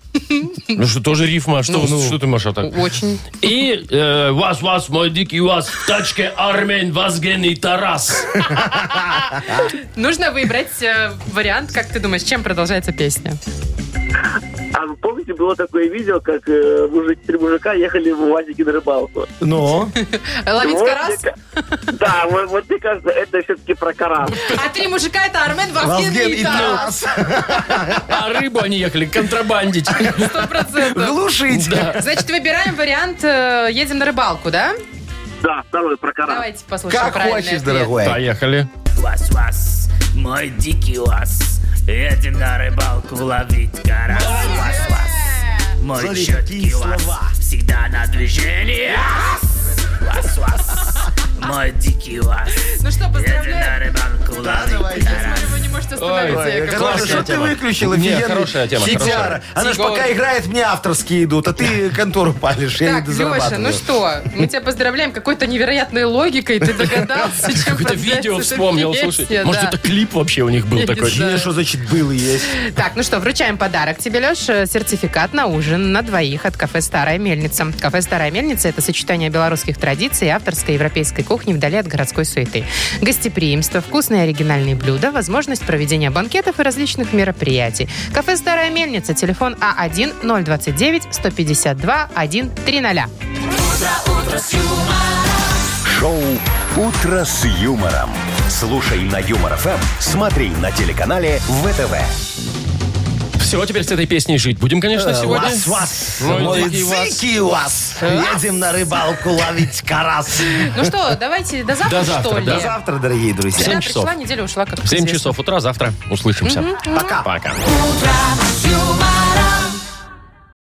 Speaker 2: Ну что, тоже рифма. Что, что ты, Маша, так?
Speaker 3: Очень.
Speaker 2: И э, вас, вас, мой дикий вас, в тачке Армен, Вазген и Тарас.
Speaker 3: Нужно выбрать э, вариант, как ты думаешь, чем продолжается песня?
Speaker 6: А вы помните, было такое видео, как э, мужик, три мужика ехали в УАЗике на рыбалку?
Speaker 4: Ну,
Speaker 3: Ловить
Speaker 6: Вот
Speaker 3: карас?
Speaker 6: мне ка- Да, вот, вот мне кажется, это все-таки про карас.
Speaker 3: А три мужика это Армен, Вазген
Speaker 4: Вазген
Speaker 3: и
Speaker 4: и
Speaker 3: Тарас.
Speaker 4: Тарас.
Speaker 2: А рыбу они ехали контрабандить.
Speaker 3: Сто процентов.
Speaker 4: Глушить.
Speaker 3: Значит, выбираем вариант э, «Едем на рыбалку», да?
Speaker 6: Да, второй про карас.
Speaker 3: Давайте послушаем
Speaker 4: Как
Speaker 3: правильный
Speaker 4: хочешь,
Speaker 3: ответ.
Speaker 4: дорогой.
Speaker 2: Поехали.
Speaker 8: Вас, вас, мой дикий вас Едем на рыбалку ловить карась Вас, вас, мой
Speaker 4: Смотри,
Speaker 8: четкий
Speaker 4: какие
Speaker 8: вас
Speaker 4: слова.
Speaker 8: Всегда на движении Вас, вас, вас, мой дикий вас
Speaker 3: Ну что,
Speaker 8: Едем на
Speaker 3: поздравляем.
Speaker 8: рыбалку ловить карась
Speaker 3: Вы не можете остановиться,
Speaker 2: Ой, Классная
Speaker 3: Яков
Speaker 4: Короче,
Speaker 3: Маркович.
Speaker 4: что ты
Speaker 2: тема.
Speaker 4: выключил?
Speaker 2: Не,
Speaker 4: Офигенный
Speaker 2: хорошая тема,
Speaker 4: хитяра.
Speaker 2: хорошая.
Speaker 4: Она ж
Speaker 3: Тигор.
Speaker 4: пока играет, мне авторские идут, а ты контору палишь, я не
Speaker 3: Так, Леша,
Speaker 4: дозарабатываю.
Speaker 3: ну что, мы тебя поздравляем какой-то невероятной логикой, ты догадался, чем
Speaker 2: Какое-то
Speaker 3: продолжается
Speaker 2: видео
Speaker 3: эта
Speaker 2: вспомнил,
Speaker 3: песня,
Speaker 2: слушай.
Speaker 3: да.
Speaker 2: Может, это клип вообще у них был
Speaker 3: Я не
Speaker 2: такой?
Speaker 3: знаю.
Speaker 4: Не, что значит был и есть?
Speaker 3: Так, ну что, вручаем подарок тебе, Леш. Сертификат на ужин на двоих от кафе «Старая мельница». Кафе «Старая мельница» — это сочетание белорусских традиций и авторской европейской кухни вдали от городской суеты. Гостеприимство, вкусные и оригинальные блюда, возможность проведения банкетов и различных мероприятий. Кафе «Старая мельница», телефон А А1-029-152-130.
Speaker 1: Шоу Утро с юмором. Слушай на Юмор ФМ, смотри на телеканале ВТВ.
Speaker 2: Все, теперь с этой песней жить будем, конечно, сегодня.
Speaker 4: Э, Вас, вас,
Speaker 2: Мой
Speaker 4: мой
Speaker 2: дикий вас.
Speaker 4: дикий вас. Едем на рыбалку ловить карас.
Speaker 3: Ну что, давайте до завтра,
Speaker 2: До завтра,
Speaker 3: что ли?
Speaker 2: да.
Speaker 4: До завтра, дорогие друзья.
Speaker 3: Всегда
Speaker 2: Семь часов.
Speaker 3: пришла, неделя ушла, как
Speaker 2: В 7
Speaker 3: известно.
Speaker 2: часов утра завтра услышимся.
Speaker 4: Пока.
Speaker 2: Пока.
Speaker 9: юмор.